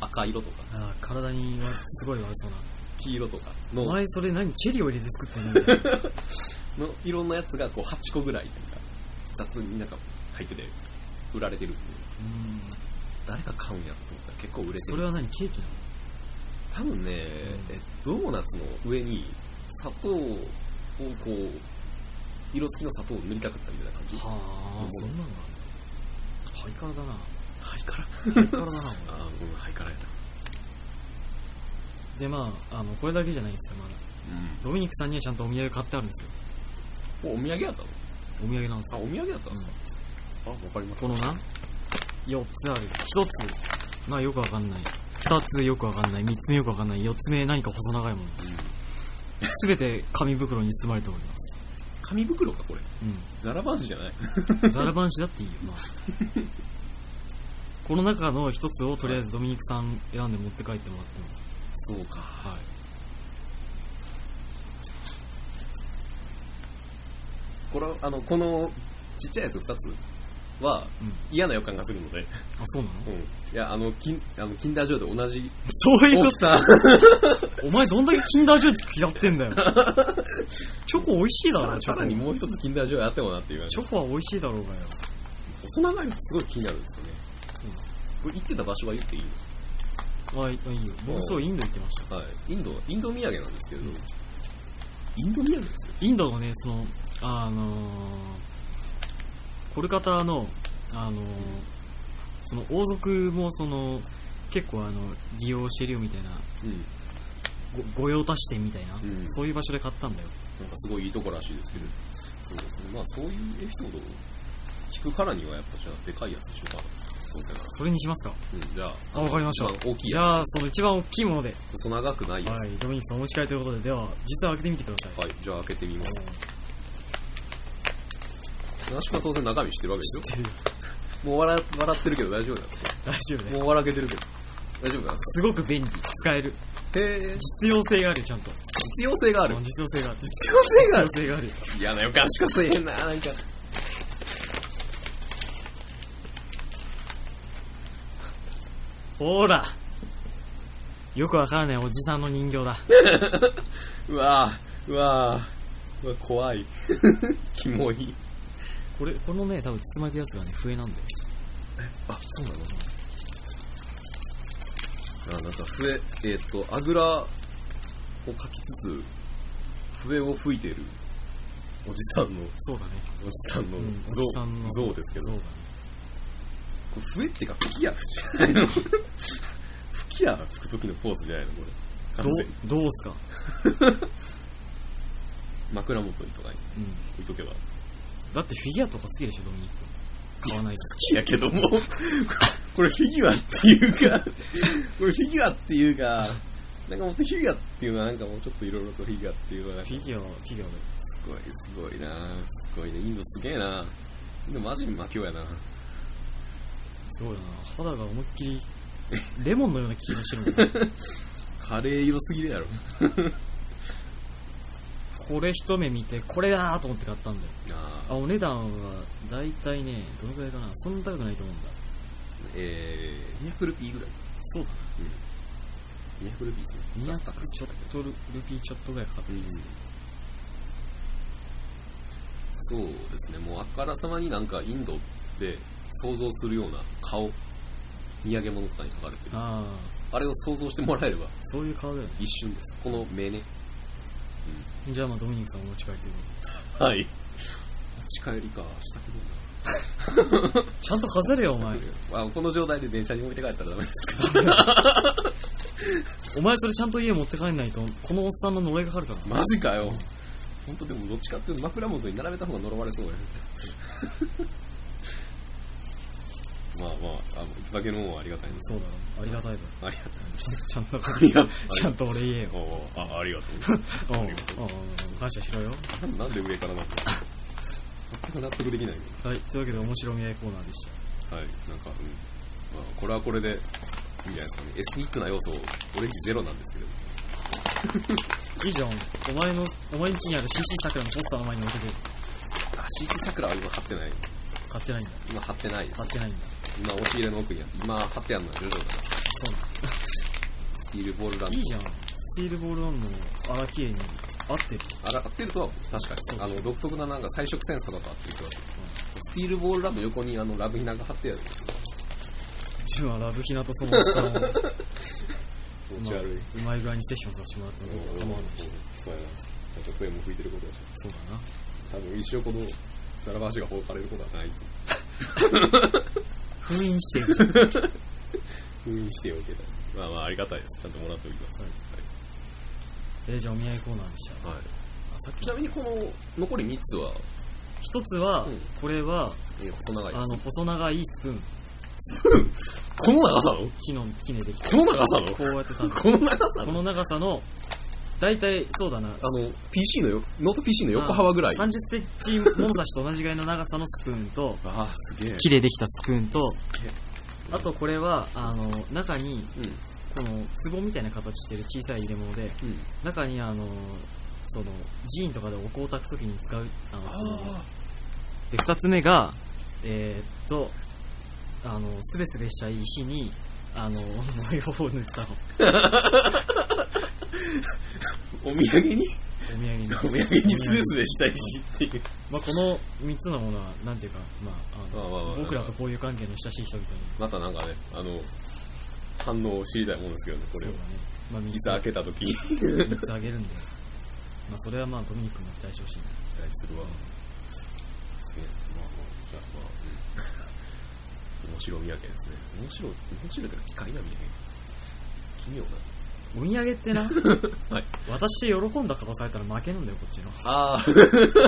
Speaker 2: 赤色とか
Speaker 1: ああ体にはすごい悪そうな
Speaker 2: 黄色とか
Speaker 1: お
Speaker 2: の
Speaker 1: 前それ何チェリーを入れて作ってんのみたいな
Speaker 2: のいろんなやつがこう8個ぐらいなんか雑になんか入ってて売られて
Speaker 1: う
Speaker 2: る
Speaker 1: ん
Speaker 2: 誰が買うんやろと思ったら結構売れてる
Speaker 1: それは何ケーキなの
Speaker 2: 多分ね、えドーナツの上に砂糖をこう色付きの砂糖を塗りたくったみたいな感じ
Speaker 1: はあそんなのがあるハイカラだな
Speaker 2: ハイカラ
Speaker 1: ハイカラだなこ
Speaker 2: あうんハイカラやな
Speaker 1: れでまああのこれだけじゃないんですよまだドミニクさんにはちゃんとお土産買ってあるんですよ
Speaker 2: うんおお土産やったの
Speaker 1: お土産なんです
Speaker 2: あ
Speaker 1: よ
Speaker 2: お土産やったんですか、あわかりました
Speaker 1: このな4つある1つまあよくわかんない2つよくわかんない3つ目よくわかんない4つ目何か細長いもの
Speaker 2: うん
Speaker 1: すべて紙袋に包まれております。
Speaker 2: 紙袋かこれ
Speaker 1: う
Speaker 2: ザラバンジじゃない
Speaker 1: ん。ザラバン紙だっていいよ、 (laughs) まあ。この中の一つをとりあえずドミニクさん選んで持って帰ってもらっても。
Speaker 2: そうか
Speaker 1: はい。
Speaker 2: これはあのこのちっちゃいやつ2つは
Speaker 1: うん。
Speaker 2: 嫌な予感がするので、
Speaker 1: あ、そうなの
Speaker 2: うん、いやあのキンあのキンダージョーで同じ
Speaker 1: そういうこ
Speaker 2: 大
Speaker 1: と
Speaker 2: きさ
Speaker 1: お前どんだけキンダージョー嫌って (laughs) んだよ。チョコ美味しいだ
Speaker 2: さ
Speaker 1: ろ、
Speaker 2: ら
Speaker 1: チョ
Speaker 2: (laughs) さらに
Speaker 1: コ。
Speaker 2: もう一つキンダージョーあってもなっていう
Speaker 1: チョコは美味しいだろうがよ。
Speaker 2: 細長いのすごい気になるんですよね
Speaker 1: そう
Speaker 2: これ行ってた場所は言っていい
Speaker 1: なの。あ、いいあいいよ。僕そう、インド行ってました。
Speaker 2: の、はい、インドインド土産なんですけれど、インド土産ですよ
Speaker 1: インドのね、その、あのーコルカタの、あのーその王族もその、結構あの、利用してるよみたいな、
Speaker 2: うん
Speaker 1: ご御用達店みたいな、
Speaker 2: ん
Speaker 1: そういう場所で買ったんだよ。
Speaker 2: なんかすごいいいとこらしいですけどそうですねまあそういうエピソードを聞くからにはやっぱじゃあでかいやつでしょうかそうかな
Speaker 1: それにしますか
Speaker 2: うんじゃあ
Speaker 1: あ、わかりまし
Speaker 2: 一
Speaker 1: た。
Speaker 2: 番大きい
Speaker 1: じ
Speaker 2: や
Speaker 1: ゃあ、その一番大きいもので、
Speaker 2: つ細長くないやつ
Speaker 1: は
Speaker 2: はい、
Speaker 1: い、ドミニクさんお持ち帰りということで、では、実は開けてみてください。
Speaker 2: じゃあ開けてみま
Speaker 1: お
Speaker 2: す
Speaker 1: ー
Speaker 2: 七宿は当然中身知ってるわけですよ
Speaker 1: 知ってる。
Speaker 2: もう笑笑ってるけど大丈夫だ
Speaker 1: 大丈夫だよ。
Speaker 2: もう笑けてるけど大丈夫なんです
Speaker 1: ごく便利。使える。
Speaker 2: かへえ
Speaker 1: 実用性があるよ、ちゃんと。
Speaker 2: 実用性がある
Speaker 1: うん実用性がある。
Speaker 2: 実用性があ
Speaker 1: 実用性
Speaker 2: る
Speaker 1: があるよ。
Speaker 2: 嫌な予感しかせえへんななんか
Speaker 1: ほーらよくわからないおじさんの人形だ。
Speaker 2: うわぁうわぁうわ怖 (laughs) いキモい
Speaker 1: これ、このね、多分包まれたやつがね、笛なんだよ。
Speaker 2: あそうなのあなんか笛、えーっ、と、あぐらをかきつつ、笛を吹いてるおじさんの、
Speaker 1: そうだね。
Speaker 2: おじさんの
Speaker 1: うんお
Speaker 2: 像
Speaker 1: じさんの、
Speaker 2: 像ですけど
Speaker 1: そう、だね。
Speaker 2: これ笛ってか吹き矢じゃないの (laughs) 吹き矢吹く時のポーズじゃないのこれ。
Speaker 1: ど
Speaker 2: 完
Speaker 1: う
Speaker 2: 全に、
Speaker 1: どうすか
Speaker 2: 枕元にとかに
Speaker 1: うん。
Speaker 2: 置いとけば。
Speaker 1: だってフィギュアとか好きでしょ、ドミニク。買わないか
Speaker 2: 好きやけども、 (laughs) これフィギュアっていうか、これフィギュアっていうか、なんかもっとフィギュアっていうのはなんかもうちょっといろいろとフィギュアっていうのはなん
Speaker 1: ら。フ
Speaker 2: か
Speaker 1: ィギュアは、フィギュアだよ
Speaker 2: すごいすごいなすごいねインドすげえなインドマジ魔境やな
Speaker 1: すごいな。肌が思いっきり、レモンのような黄色してるもんね。
Speaker 2: カレー色すぎるやろ
Speaker 1: これ一目見て、これだーと思って買ったんだよ。あ、
Speaker 2: あ
Speaker 1: お値段は、だいたいね、どのくらいかな。そんな高くないと思うんだ。
Speaker 2: えー、200ルピーぐらい
Speaker 1: そうだ
Speaker 2: 200ルピーですね
Speaker 1: な。
Speaker 2: ラスタカ
Speaker 1: 200
Speaker 2: ス
Speaker 1: ちょっとルルピーちょっとぐらいかかって
Speaker 2: うん
Speaker 1: きまする。
Speaker 2: そうですねもうあからさまになんかインドで想像するような顔土産物とかに書かれてるあ
Speaker 1: ああ、
Speaker 2: れを想像してもらえれば
Speaker 1: そういう顔だよね。
Speaker 2: 一瞬ですこの目ね
Speaker 1: じゃあまあドミニクさんお持ち帰りというこ
Speaker 2: (laughs) はい持ち帰りかしたけどな
Speaker 1: とでちゃんと飾れよ、お前。
Speaker 2: あこの状態で電車に置いて帰ったらダメですか
Speaker 1: お前それちゃんと家持って帰んないと、このおっさんの呪いがかかるからな。
Speaker 2: マジかよ。本当でもどっちかっていうと枕元に並べた方が呪われそうや。 (laughs) まあまあ、あのいただけるもんはありがたいです。
Speaker 1: そうだろ。ありがたいだろ。
Speaker 2: ありが
Speaker 1: ちゃんと、
Speaker 2: ありがとう
Speaker 1: ちゃんと俺言えよ。
Speaker 2: とう。あありがとう。
Speaker 1: うん
Speaker 2: りがと
Speaker 1: うん感謝しろよ。
Speaker 2: なんで上からなんか、全く納得できないけ
Speaker 1: はい。というわけで、面白み合いコーナーでした。
Speaker 2: どはい、なんか、うん。まあ、これはこれで、いいんじゃないですかね。エスニックな要素、オレンジゼロなんですけれど。
Speaker 1: いいじゃん。お前の、お前ん家にある CC 桜のポスターの前に置いてて、
Speaker 2: あ、シーツ桜は今貼ってない。
Speaker 1: 買ってないんだ。
Speaker 2: 今貼ってないです
Speaker 1: 買っ。てないんだ。
Speaker 2: 今、押し入れの奥にあって、今貼ってあるのは徐々だな。
Speaker 1: そうなん
Speaker 2: スティールボールラン
Speaker 1: だ。いいじゃん。スティールボールオンの荒木絵に合ってる。
Speaker 2: あら合ってるとは確かに
Speaker 1: そう
Speaker 2: あの独特ななんか彩色センスとかと合ってる気がする、スティールボールラの横にあのラブヒナが貼ってある
Speaker 1: 自分はラブヒナとそのおっさん
Speaker 2: (laughs)
Speaker 1: を、
Speaker 2: 気
Speaker 1: まあうまい具合にセッションさせてもらっても構わないし。
Speaker 2: そうやなちゃんと笛も吹いてることだし
Speaker 1: そうだな。
Speaker 2: 多分一生このさらばしが放かれることはない
Speaker 1: 封印してるじゃん。
Speaker 2: 封印しておけたまあまあありがたいですちゃんともらっておきます、
Speaker 1: えーじゃあお見合いコーナーでした。
Speaker 2: はい
Speaker 1: あさっき
Speaker 2: ちなみにこの残り3つは、
Speaker 1: 一つは、
Speaker 2: うん
Speaker 1: これは、
Speaker 2: えー細長い
Speaker 1: あの、細長いスプーン。
Speaker 2: この長さの
Speaker 1: 木の、木でできた。
Speaker 2: この長さの
Speaker 1: こうやってたの。
Speaker 2: この長さ
Speaker 1: こ
Speaker 2: の
Speaker 1: の長さの、だいたい、そうだな。
Speaker 2: あの PC のよノート PC の横幅ぐらい
Speaker 1: 30センチ物差しと同じぐらいの長さのスプーンと、
Speaker 2: ああすげえ
Speaker 1: 木でできたスプーンと
Speaker 2: げえ、
Speaker 1: あとこれは、あの、中に、
Speaker 2: うん
Speaker 1: この、壺みたいな形してる小さい入れ物で、
Speaker 2: うん
Speaker 1: 中にあの、その、ジーンとかでお香を炊くときに使う、あの、この
Speaker 2: あ
Speaker 1: で、二つ目が、えーっと、あの、すべすべした石に、あの、模様を塗ったの。
Speaker 2: お土産
Speaker 1: お
Speaker 2: に
Speaker 1: 土産に。
Speaker 2: お土産にスベスベしたいしっていう。
Speaker 1: まあ、この三つのものは、なんていうか、まあ、あの
Speaker 2: まあまあまあ
Speaker 1: 僕らとこういう関係の親しい人々に、
Speaker 2: またなんかね、あの、反応を知りたいもんですけどね、こ
Speaker 1: そうだね。まあ、
Speaker 2: れを。
Speaker 1: 三
Speaker 2: い
Speaker 1: つ
Speaker 2: ざ開けた時に。期
Speaker 1: 三つあげるんで。まあ、それはまあ、ドミニクも期待してほしいな。
Speaker 2: 待するわ。すげえ。まあまあ、じゃあまあ、うん面白い土産ですね。面白い、面白いけど、機械な土産。奇妙な。
Speaker 1: お土産ってな、
Speaker 2: (laughs) はい
Speaker 1: 私喜んだ顔されたら負けなんだよ、こっちの。
Speaker 2: ああ。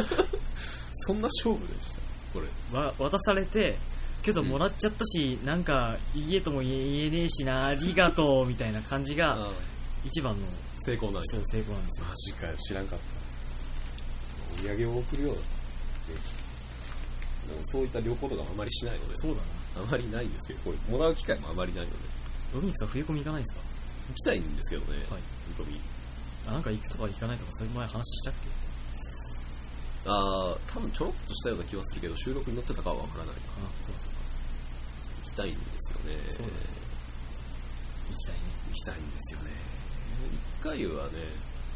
Speaker 2: (laughs) そんな勝負でした。これ。
Speaker 1: わ渡されて、けどもらっちゃったし、なんか、言えとも言え言えねえしな、ありがとう、みたいな感じが、
Speaker 2: あ
Speaker 1: 一番の
Speaker 2: 成功なんや
Speaker 1: そう成功なんですよ
Speaker 2: マジかよ、知らんかった。お土産を送るような。ねでもそういった旅行とかもあまりしないので。
Speaker 1: そうだな
Speaker 2: あまりないんですけど、これもらう機会もあまりないので、
Speaker 1: ドミニクさん冬コミ行かないんですか
Speaker 2: 行きたいんですけどね、
Speaker 1: はい
Speaker 2: 見込み。
Speaker 1: あなんか行くとか行かないとかそういう前話したっけ
Speaker 2: あー、多分ちょろっとしたような気はするけど、収録に乗ってたかはわからない。
Speaker 1: あそうそう
Speaker 2: 行きたいんですよね。
Speaker 1: そうだね行きたいね
Speaker 2: 行きたいんですよね。一回はね、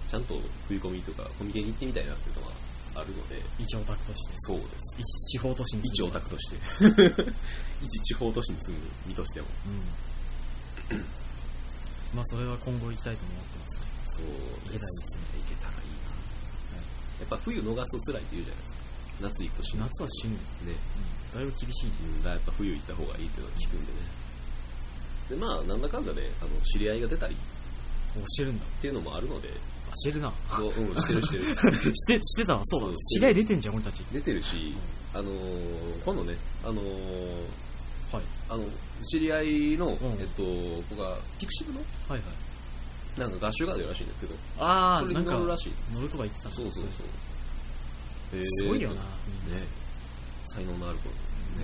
Speaker 2: ちゃんと食い込みとか、コミケに行ってみたいなっていうのはあるので、
Speaker 1: 一オタクとして
Speaker 2: そうです。
Speaker 1: 一地方都市に
Speaker 2: 一
Speaker 1: 住
Speaker 2: オ
Speaker 1: んで
Speaker 2: タクと (laughs) して、一地方都市に住む身としても、
Speaker 1: うんまあそれは今後行きたいと思ってますね
Speaker 2: そう
Speaker 1: 行けたらいいですね
Speaker 2: 行けたらいい
Speaker 1: は
Speaker 2: な、
Speaker 1: い
Speaker 2: やっぱ冬逃すと辛いって言うじゃないですか夏行くと死ぬ
Speaker 1: 夏は死ぬ、
Speaker 2: ね
Speaker 1: うん、だいぶ厳しい
Speaker 2: うんだからやっぱ冬行った方がいいっていうのは聞くんでねでまあなんだかんだであの知り合いが出たりっ
Speaker 1: 教えるんだ
Speaker 2: ていうのもあるので
Speaker 1: あしてるな
Speaker 2: どううんしてるしてる (laughs)
Speaker 1: してしてたわそうだ
Speaker 2: そう
Speaker 1: 知り合い出てんじゃん俺たち
Speaker 2: 出てるしあのー今度ねあのー
Speaker 1: はい
Speaker 2: あの知り合い
Speaker 1: ん
Speaker 2: の、えっと子がピクシブの
Speaker 1: はいはい
Speaker 2: なんか合唱があるらしいんですけど
Speaker 1: あ
Speaker 2: そ
Speaker 1: あ
Speaker 2: れ
Speaker 1: な
Speaker 2: に
Speaker 1: んか
Speaker 2: 乗るらしい
Speaker 1: 乗るとか言ってたんだ
Speaker 2: そうそうそうへー
Speaker 1: すごいよな、みんな
Speaker 2: ね才能のある子ね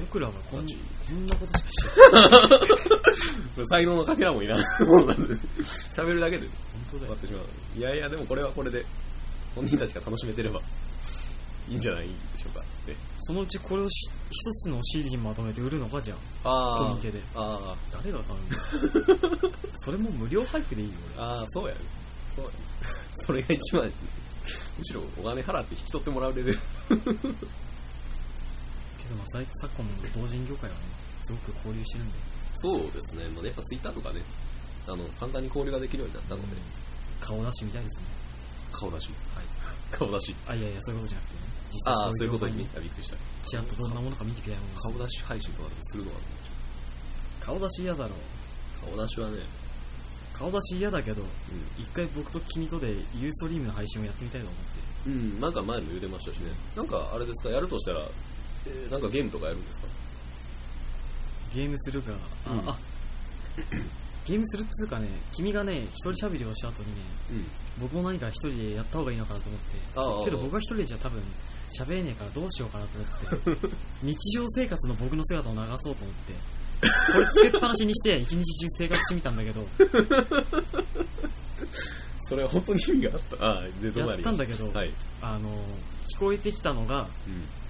Speaker 1: 僕らはこん
Speaker 2: ガチ
Speaker 1: こんなことしかしてない
Speaker 2: 才能のかけらもいらないものなんです (laughs) 喋るだけで
Speaker 1: 本当だ
Speaker 2: 終わ
Speaker 1: よ
Speaker 2: ってしまういやいやでもこれはこれで本人たちが楽しめてればいいんじゃないでしょうかね
Speaker 1: そのうちこれをし一つの CD にまとめて売るのかじゃん
Speaker 2: あ
Speaker 1: コミケで
Speaker 2: あ
Speaker 1: 誰が買うんだ (laughs) それも無料配布でいいよ
Speaker 2: ーあーそうやねそうやね (laughs) それが一番やねむしろお金払って引き取ってもらうレベル
Speaker 1: 俺けどまあ最昨今の同人業界はねすごく交流してるんで
Speaker 2: そうですね、まあ、やっぱツイッターとかねあの簡単に交流ができるようになったので、
Speaker 1: 顔出してみたいですね
Speaker 2: 顔出し
Speaker 1: はい
Speaker 2: 顔出し
Speaker 1: あいやいやそういうことじゃなくてね実
Speaker 2: ああ
Speaker 1: 際
Speaker 2: ー
Speaker 1: そ
Speaker 2: そう
Speaker 1: い業
Speaker 2: ういううこと
Speaker 1: 界
Speaker 2: に
Speaker 1: に
Speaker 2: ねあびっくりした
Speaker 1: ちゃんとどんなものか見てみたいもんです
Speaker 2: 顔出し配信とかでもするのは
Speaker 1: 顔出し嫌だろ
Speaker 2: 顔出しはね、
Speaker 1: 顔出し嫌だけど一回僕と君とでユーストリームの配信をやってみたいと思って
Speaker 2: うん、なんか前も言うてましたしねなんかあれですかやるとしたら、えーなんかゲームとかやるんですか
Speaker 1: ゲームするが、あ、
Speaker 2: うん
Speaker 1: あゲームするっつうかね、君がね、一人喋りをした後にね、
Speaker 2: うん
Speaker 1: 僕も何か一人でやった方がいいのかなと思って、
Speaker 2: ああ
Speaker 1: けど僕が一人じゃ多分喋れねえからどうしようかなと思って、日常生活の僕の姿を流そうと思って、これつけっぱなしにして一日中生活してみたんだけど、
Speaker 2: それは本当に意味があったああでどう
Speaker 1: や
Speaker 2: な
Speaker 1: っ
Speaker 2: り
Speaker 1: た
Speaker 2: ま
Speaker 1: ん
Speaker 2: した
Speaker 1: だけど、
Speaker 2: はい、
Speaker 1: あの、聞こえてきたのが、
Speaker 2: う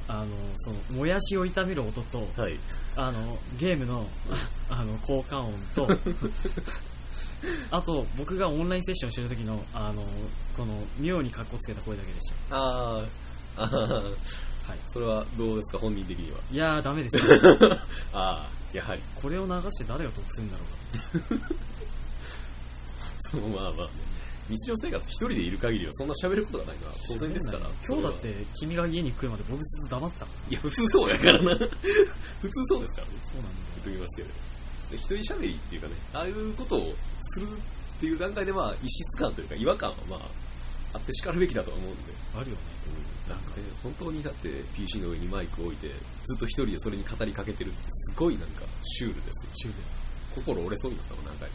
Speaker 1: あの、その、もやしを炒める音と、
Speaker 2: ん、はい
Speaker 1: あのゲームの (laughs) ああの効果音とあと僕がオンラインセッションしてる時のあのこの妙にかっこつけた声だけでし
Speaker 2: あーあー
Speaker 1: た、はい、
Speaker 2: それはどうですか本人的にはい
Speaker 1: やーダメですよ
Speaker 2: ああやはり
Speaker 1: これを流して誰が得するんだろう
Speaker 2: そのまあまあね日常生活一人でいる限りはそんな喋ることがないのは当然ですから
Speaker 1: 今日だって君が家に来るまで僕ずっと黙ってたから
Speaker 2: いや、普通そうやからな。普通そうですからね。
Speaker 1: そうなん
Speaker 2: 言っ
Speaker 1: だ
Speaker 2: と
Speaker 1: よ
Speaker 2: きますけど。で一人喋りっていうかね、ああいうことをするっていう段階で、まあ、異質感というか、違和感はまあ、あってしかるべきだとは思うんで。
Speaker 1: あるよね
Speaker 2: なんかね、本当にだって PC の上にマイクを置いて、ずっと一人でそれに語りかけてるって、すごいなんか、シュールですよ。
Speaker 1: シュー
Speaker 2: 心折れそうになったもん、何回か。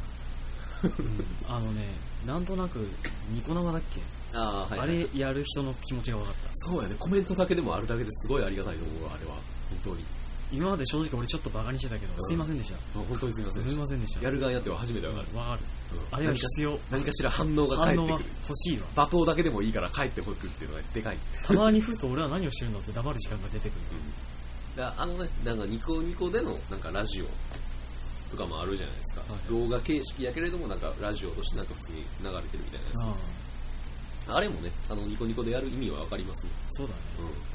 Speaker 1: ル、うん、あのねなんとなくニコ生だっけ、
Speaker 2: ああ、
Speaker 1: あれやる人の気持ちが分かった
Speaker 2: そうやね、コメントだけでもあるだけですごいありがたいと思うわ、あれは。本当に。
Speaker 1: 今まで正直俺ちょっとバカにしてたけど、
Speaker 2: うん
Speaker 1: すいませんでし
Speaker 2: あ本当にすみま
Speaker 1: た
Speaker 2: せん
Speaker 1: す
Speaker 2: で
Speaker 1: い
Speaker 2: し。
Speaker 1: ませんでしたた
Speaker 2: やる側になっては初めてわかる。
Speaker 1: 分かる
Speaker 2: うん
Speaker 1: あれは必要
Speaker 2: 何かしら反応が返
Speaker 1: 反応
Speaker 2: って
Speaker 1: が
Speaker 2: くる。
Speaker 1: 欲しいわ
Speaker 2: 罵倒だけでもいいから帰ってほしくっていうのがでかい。
Speaker 1: たまにふと俺は何をしてるんだって黙る時間が出てくる
Speaker 2: だからあのね、なんかニコニコでのなんかラジオとかもあるじゃないですか。
Speaker 1: はい
Speaker 2: 動画形式やけれどもなんかラジオとしてなんか普通に流れてるみたいなや
Speaker 1: ああ
Speaker 2: つ。あれもね、あのニコニコでやる意味はわかりますね。
Speaker 1: そうだね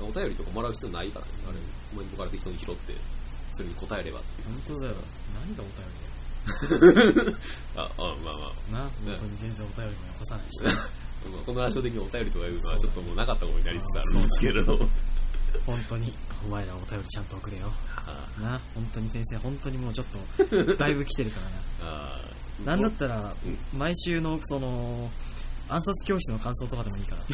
Speaker 2: うん。お便りとかもらう必要ないからね。あれ、コメントから適当に拾って、それに答えればっていう。
Speaker 1: 本当だよ何がお便り
Speaker 2: あ、あまあまあ。
Speaker 1: だよな
Speaker 2: ね
Speaker 1: 本当に全然お便りもよこさない
Speaker 2: (laughs)
Speaker 1: し
Speaker 2: このラジオ的にお便りとかいうのはちょっともうなかったことになりつつあるんですけれど。
Speaker 1: 本当にお前らお便りちゃんと送れよ
Speaker 2: (laughs) あ
Speaker 1: な本当に先生本当にもうちょっとだいぶ来てるから
Speaker 2: あー
Speaker 1: (laughs) ななんだったら
Speaker 2: うん
Speaker 1: 毎週のその暗殺教室の感想とかでもいい (laughs) から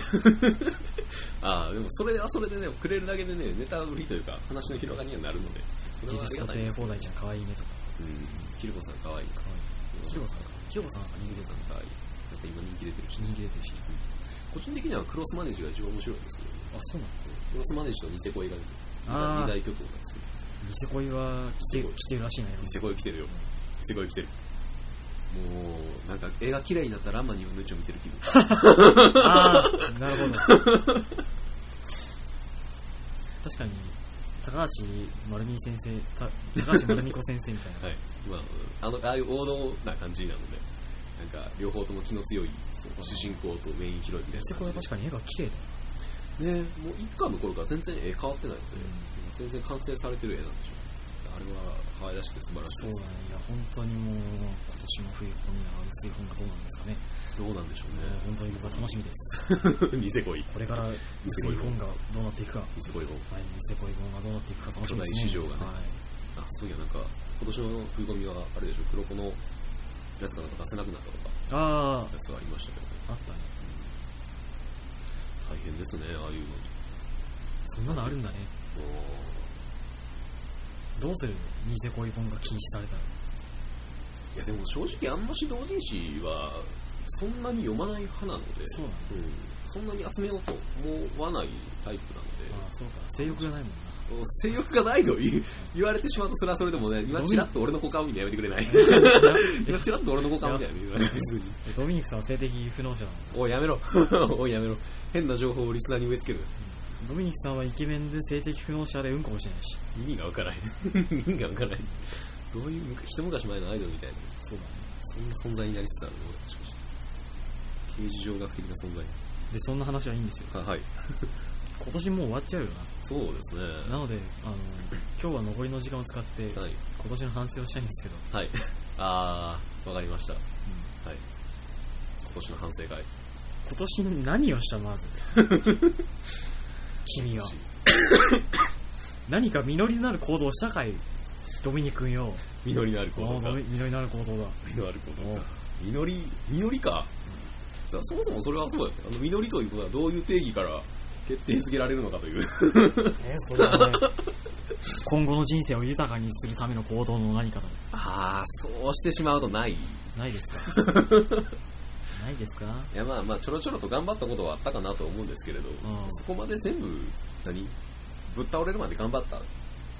Speaker 2: ああ、でもそれはそれでね、くれるだけでね、ネタ売りというか、話の広がりにはなるので、それ
Speaker 1: 技
Speaker 2: は
Speaker 1: 術家
Speaker 2: ありがたいで
Speaker 1: 庭
Speaker 2: す。
Speaker 1: 放題ちゃんかわいいねとか
Speaker 2: うん。キルコさん可愛いな。
Speaker 1: かわいいひろこさんかひろこさんなんか
Speaker 2: キ
Speaker 1: 人
Speaker 2: ルコ
Speaker 1: 気
Speaker 2: さん可愛い。なんか今人気出てるし、
Speaker 1: 人気出てるし
Speaker 2: 個人的にはクロスマネージが一番面白いんですけど、
Speaker 1: あそうなの
Speaker 2: クロスマネージとニセ恋がね
Speaker 1: あー
Speaker 2: 二大巨頭なんですけど、
Speaker 1: ニセ恋は来て来てるらしいね
Speaker 2: ニセ恋来てるよ。ニセ恋来てる。もう、なんか映画嫌いになったランマにうんのちを見てる
Speaker 1: (laughs)
Speaker 2: 気分。
Speaker 1: ああ、なるほど。 (laughs) 確かに、高橋丸美先生、た高橋丸美子先生みたいな。
Speaker 2: はい。まあ、あの、ああいう王道な感じなので、なんか両方とも気の強い主人公とメインヒロインみたい
Speaker 1: ニセ
Speaker 2: な
Speaker 1: コは
Speaker 2: 感じ
Speaker 1: 確か
Speaker 2: で。
Speaker 1: に絵が綺麗だよ。
Speaker 2: ねもう一巻の頃から全然絵変わってないので、全然完成されてる絵なんでしょう。あれは可愛らしくて素晴らしい
Speaker 1: そう
Speaker 2: で
Speaker 1: だね、いや、本当にもう、今年の冬、こんな薄い本がどうなんですかね。
Speaker 2: す。どうなんでしょ
Speaker 1: もう本当に僕は楽しみ (laughs) です。
Speaker 2: うね。見せこい。
Speaker 1: これから薄い本がどうなっていくか、はい、
Speaker 2: 見せこい本。
Speaker 1: ニセコイ本がどうなっていくか楽しみですね。
Speaker 2: 巨大市場がね
Speaker 1: はい。
Speaker 2: あ、そういや、なんか、今年の冬ゴミは、あれでしょ、黒子のやつがなんか出せなくなったとか、
Speaker 1: あ
Speaker 2: やつがありましたけ
Speaker 1: あ、あっ
Speaker 2: ど、
Speaker 1: たね。
Speaker 2: 大変ですね、ああいうの。
Speaker 1: そんなのあるんだね。
Speaker 2: お
Speaker 1: どうするニセコイ本が禁止されたら。
Speaker 2: ーいや、でも正直、あんまし同人誌は、そんなに読まない派なので、
Speaker 1: そうなんだ。
Speaker 2: うんそんなに集めようと思わないタイプなので、
Speaker 1: ああ、そうか。性欲がないもんな。
Speaker 2: 性欲がないと言う言われてしまうと、それはそれでもね、今ちらっと俺の子買うみたいなやめてく
Speaker 1: (laughs)
Speaker 2: れない今ちらっと俺の子買うみたいな言われてすぐに。
Speaker 1: ドミニクさんは性的不能者なの。
Speaker 2: おいやめろ。 (laughs) おいやめろ。変な情報をリスナーに植え付ける。
Speaker 1: ドミニクさんはイケメンで性的不能者でうんこもしないし。
Speaker 2: 意味がわからない (laughs) 意味がわからないどういうむか一昔前のアイドルみたいな
Speaker 1: そうだね。
Speaker 2: そんな存在になりつつあるの俺もしかして刑事上学的な存在
Speaker 1: で、そんな話はいいんですよ。
Speaker 2: ははい
Speaker 1: 今年もう終わっちゃうよな。
Speaker 2: そうですね
Speaker 1: なので、あの、今日は残りの時間を使って、
Speaker 2: はい
Speaker 1: 今年の反省をしたいんですけど、
Speaker 2: はいあーわかりましたはい今年の反省会
Speaker 1: 今年何をした
Speaker 2: (laughs)
Speaker 1: まず君は何か実りのある行動をしたかいドミニ君よ
Speaker 2: 実りのある行
Speaker 1: お
Speaker 2: 動
Speaker 1: う
Speaker 2: か
Speaker 1: ドミ実りのある行動だ
Speaker 2: (laughs) 実りのある行動
Speaker 1: お
Speaker 2: か実り実りかさあそもそもそれはそうだよあの実りということはどういう定義から決定づけられるのかという
Speaker 1: えそれはね今後の人生を豊かにするための行動の何かだ
Speaker 2: ああそうしてしまうとない
Speaker 1: ないですか
Speaker 2: (laughs)
Speaker 1: ないですか
Speaker 2: いやまあまあちょろちょろと頑張ったことはあったかなと思うんですけれど、そこまで全部何ぶっ倒れるまで頑張ったっ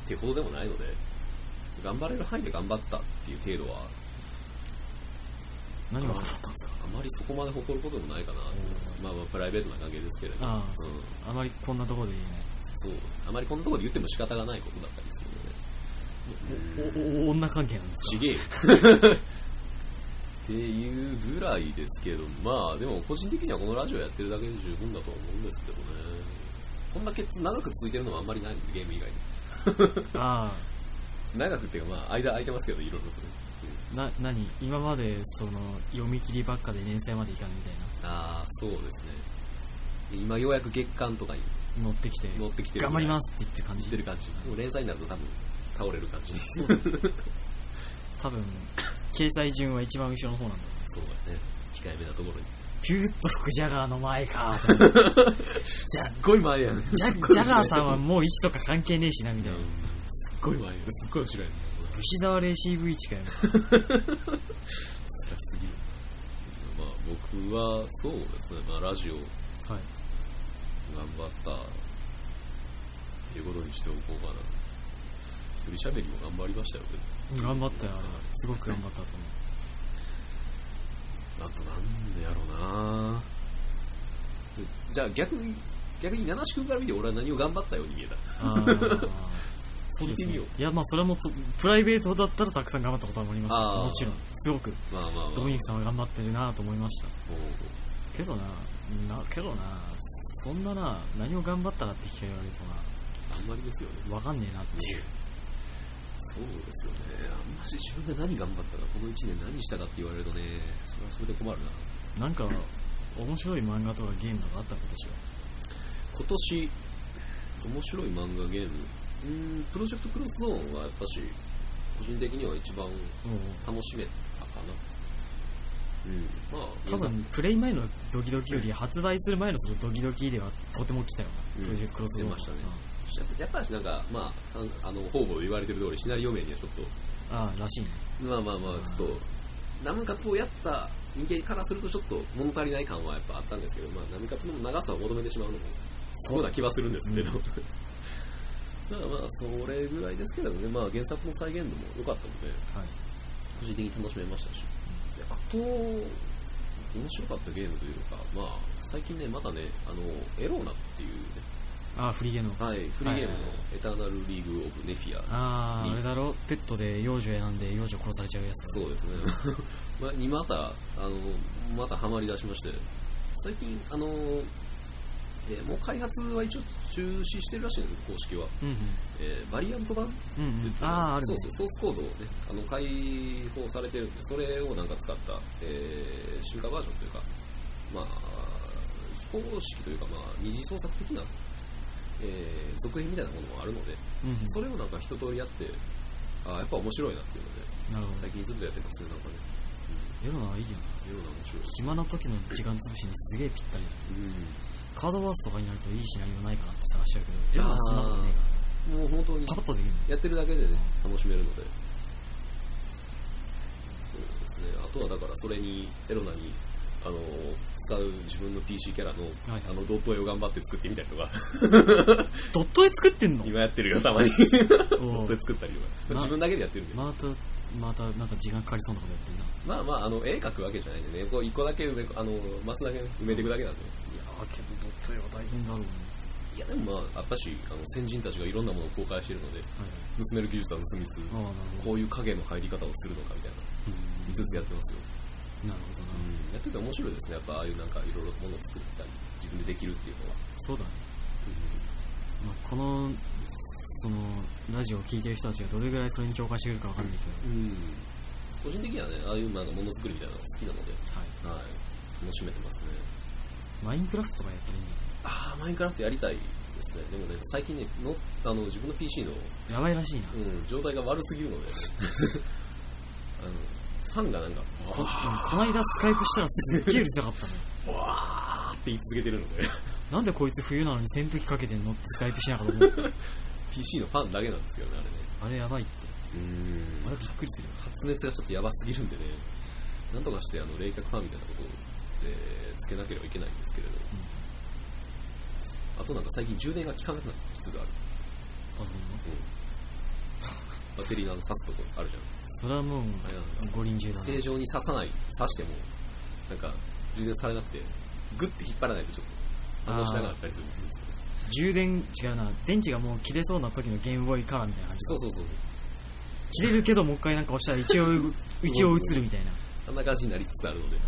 Speaker 2: ていうほどでもないので頑張れる範囲で頑張ったっていう程度は
Speaker 1: 何が分かったんですか
Speaker 2: あまりそこまで誇ることもないかな、
Speaker 1: う
Speaker 2: まあまあプライベートな関係ですけれど、
Speaker 1: ああ
Speaker 2: うん、
Speaker 1: あまりこんなところで
Speaker 2: そうあまりこんなところで言っても仕方がないことだったりする
Speaker 1: 言
Speaker 2: ので
Speaker 1: えないおおお女関係なんです
Speaker 2: ち
Speaker 1: か
Speaker 2: げえよっていうぐらいですけど、まあでも個人的にはこのラジオやってるだけで十分だと思うんですけどね。こんだけ長く続いてるのはあんまりないんで、ゲーム以外に。
Speaker 1: ああ
Speaker 2: 長くっていうか、まあ間空いてますけど、いろいろとね。
Speaker 1: な何今までその読み切りばっかで連載までいかないみたい
Speaker 2: ああ、そうですね。今ようやく月間とかに
Speaker 1: な乗ってきて
Speaker 2: 乗ってきてる。。
Speaker 1: 頑張ります
Speaker 2: (laughs)
Speaker 1: すって言ってる感
Speaker 2: 知
Speaker 1: じ
Speaker 2: ってる感じ。でも連載になると多分倒れる感じ。そ
Speaker 1: そうだね多分掲載順は一番後ろの方なんだ
Speaker 2: うだね。控えめなところに。
Speaker 1: ピューッと吹くジャガーの前かじゃ
Speaker 2: すっごい前やん。
Speaker 1: ジャジャガーさんはもう位置とか関係ねえしなみたいな
Speaker 2: すっごい前やん。すっごい後ろやん。
Speaker 1: 牛沢レーシーブ位置かよ
Speaker 2: 辛すぎる。まあ僕はそうですね、まあラジオ
Speaker 1: はい
Speaker 2: 頑張ったっていうことにしておこうかな。一人喋りも頑張りましたよ、ね、
Speaker 1: 頑張ったよあれはすごく頑張ったと思
Speaker 2: あとなんでやろうなでじゃあ逆に、逆に七志くんから見て俺は何を頑張ったように見えた。
Speaker 1: う (laughs) あーそうです
Speaker 2: 聞いてみ
Speaker 1: ね
Speaker 2: よう
Speaker 1: いやまあそれはもうとプライベートだったらたくさん頑張ったこともありますよ
Speaker 2: あー
Speaker 1: もちろんすごく
Speaker 2: まあまあまあ。
Speaker 1: ドミニ
Speaker 2: も
Speaker 1: クさんは頑張ってるなと思いました
Speaker 2: う
Speaker 1: けどななけどなそんなな何を頑張ったかって聞かれると
Speaker 2: あんまりですよね。
Speaker 1: な分かんねえなっていう
Speaker 2: そうですよね。あんまし自分が何頑張ったか、この一年何したかって言われるとね、それはそれで困るな。
Speaker 1: なんか面白い漫画とかゲームとかあったことでしょ
Speaker 2: 今年面白い漫画ゲームうーんプロジェクトクロスゾーンはやっぱし個人的には一番
Speaker 1: おうおう
Speaker 2: 楽しめたかなうんまあ
Speaker 1: 多分プレイ前のドキドキより発売する前のそのドキドキではとても来たよ
Speaker 2: う
Speaker 1: なんプロジェクトクロスゾーン
Speaker 2: 出ましたねやっぱしなんかまああの方々言われてる通りシナリオ名にはちょっと
Speaker 1: うんああらしいね
Speaker 2: まあまあまあちょっとナムカップをやった人間からするとちょっと物足りない感はやっぱあったんですけど、まあ、ナムカップの長さを求めてしまうのもそうな気はするん (laughs) ですけど、
Speaker 1: うん
Speaker 2: だからまあそれぐらいですけれどね、まあ、原作の再現度も良かったので
Speaker 1: はい
Speaker 2: 個人的に楽しめましたし、であと、面白かったゲームというか、まあ、最近ね、またね、あの、エローナっていう、ね、
Speaker 1: ああフリゲの
Speaker 2: はい、フリー
Speaker 1: はい
Speaker 2: ゲームのエターナルリーグ・オブ・ネフィア、
Speaker 1: あああれだろペットで幼女選んで幼女殺されちゃうやつ
Speaker 2: そうですね、 (laughs) まあにまた、あの、またハマり出しまして、最近、あの、でもう開発は一応中止してるらしいんですけど公式は、
Speaker 1: うんうん
Speaker 2: えーバリアント版って
Speaker 1: うんう
Speaker 2: 言っ
Speaker 1: ん
Speaker 2: て
Speaker 1: ああある
Speaker 2: そ
Speaker 1: ね
Speaker 2: うそうソースコードをねあの開放されてるんでそれをなんか使った、えー、中華バージョンというかまあ非公式というか、まあ、二次創作的な、えー続編みたいなものもあるので
Speaker 1: うんうん
Speaker 2: それをなんか一通りやってあーやっぱ面白いなっていうので
Speaker 1: なるほど
Speaker 2: 最近ずっとやってますねなんかね
Speaker 1: 世のはいいよな
Speaker 2: うんいろんな面白い
Speaker 1: 暇な時の時間潰しにすげえぴったりだカードバースとかになるといいシナリオないかなって探しちゃうけど
Speaker 2: いやー
Speaker 1: 今はそんなことねえか
Speaker 2: うんもう本当に
Speaker 1: らパパッとできる
Speaker 2: やってるだけでね、楽しめるので。そうですね。あとはだから、それに、エロナに、あの、使う自分の PC キャラの、
Speaker 1: はい
Speaker 2: あの、ドット絵を頑張って作ってみたりとか、
Speaker 1: ドット絵作ってんの
Speaker 2: 今やってるよ、たまに。ド
Speaker 1: お
Speaker 2: ット絵
Speaker 1: う
Speaker 2: 作ったりとか。
Speaker 1: な
Speaker 2: 自分だけでやってるんで。
Speaker 1: またまたなんか時間かかりそうなことやってるな
Speaker 2: まあまあ、あの、絵描くわけじゃないんでね、こう、一個だけ埋め、あの、マスだけね埋めていくだけなんで。
Speaker 1: いやーけどドット絵は大変だろうね
Speaker 2: いや、でもまあ、やっぱし、あの、先人たちがいろんなものを公開してるので、
Speaker 1: はい
Speaker 2: 盗める技術は盗みつつ、
Speaker 1: ああなるほど
Speaker 2: こういう影の入り方をするのかみたいな、
Speaker 1: うん
Speaker 2: 5つやってますよ。
Speaker 1: なるほどな
Speaker 2: やってて面白いですね、やっぱああいうなんかいろいろものを作ったり、自分でできるっていうのは。
Speaker 1: そうだねまあ、このそのラジオを聞いてる人たちがどれぐらいそれに共感してくれるかわかんないけど、
Speaker 2: うん個人的にはね、ああいうなんかものづくりみたいなのが好きなので、
Speaker 1: はい、
Speaker 2: はい、楽しめてますね。
Speaker 1: マインクラフトとかやったらいいん
Speaker 2: ああ、マインクラフトやりたいですね。でもね、最近ね、のあの自分の PC の、
Speaker 1: だやばいらしいな、
Speaker 2: うん、状態が悪すぎるので、 (laughs) あのファンがなんか、
Speaker 1: こ
Speaker 2: わ
Speaker 1: この間スカイプしたらすっげえうるさかったのよ
Speaker 2: ーわーって言い続けてるので、 (laughs)
Speaker 1: なんでこいつ冬なのに扇風機かけてんのってスカイプしながら思った
Speaker 2: PC のファンだけなんですけどね、あれね。
Speaker 1: あれやばいって
Speaker 2: うん
Speaker 1: あれびっくりするよ
Speaker 2: 発熱がちょっとやばすぎるんでね、なんとかしてあの冷却ファンみたいなことを、えーつけなければいけないんですけれど、あとなんか最近充電が効かなくなってきつつある、
Speaker 1: パソコンの
Speaker 2: バッテリーのあの刺すとこあるじゃん、
Speaker 1: それはもう
Speaker 2: あれがなんか
Speaker 1: 五輪中だな
Speaker 2: 正常に刺さない、刺しても、なんか充電されなくて、グッて引っ張らないとちょっと反応しなかったりするんですよ。
Speaker 1: 充電違うな電池がもう切れそうな時のゲームボーイカラーみたいな感じ
Speaker 2: そうそうそう、
Speaker 1: 切れるけどもう一回なんか押したら一応一応映るみたいな
Speaker 2: あんな感じになりつつあるので、ち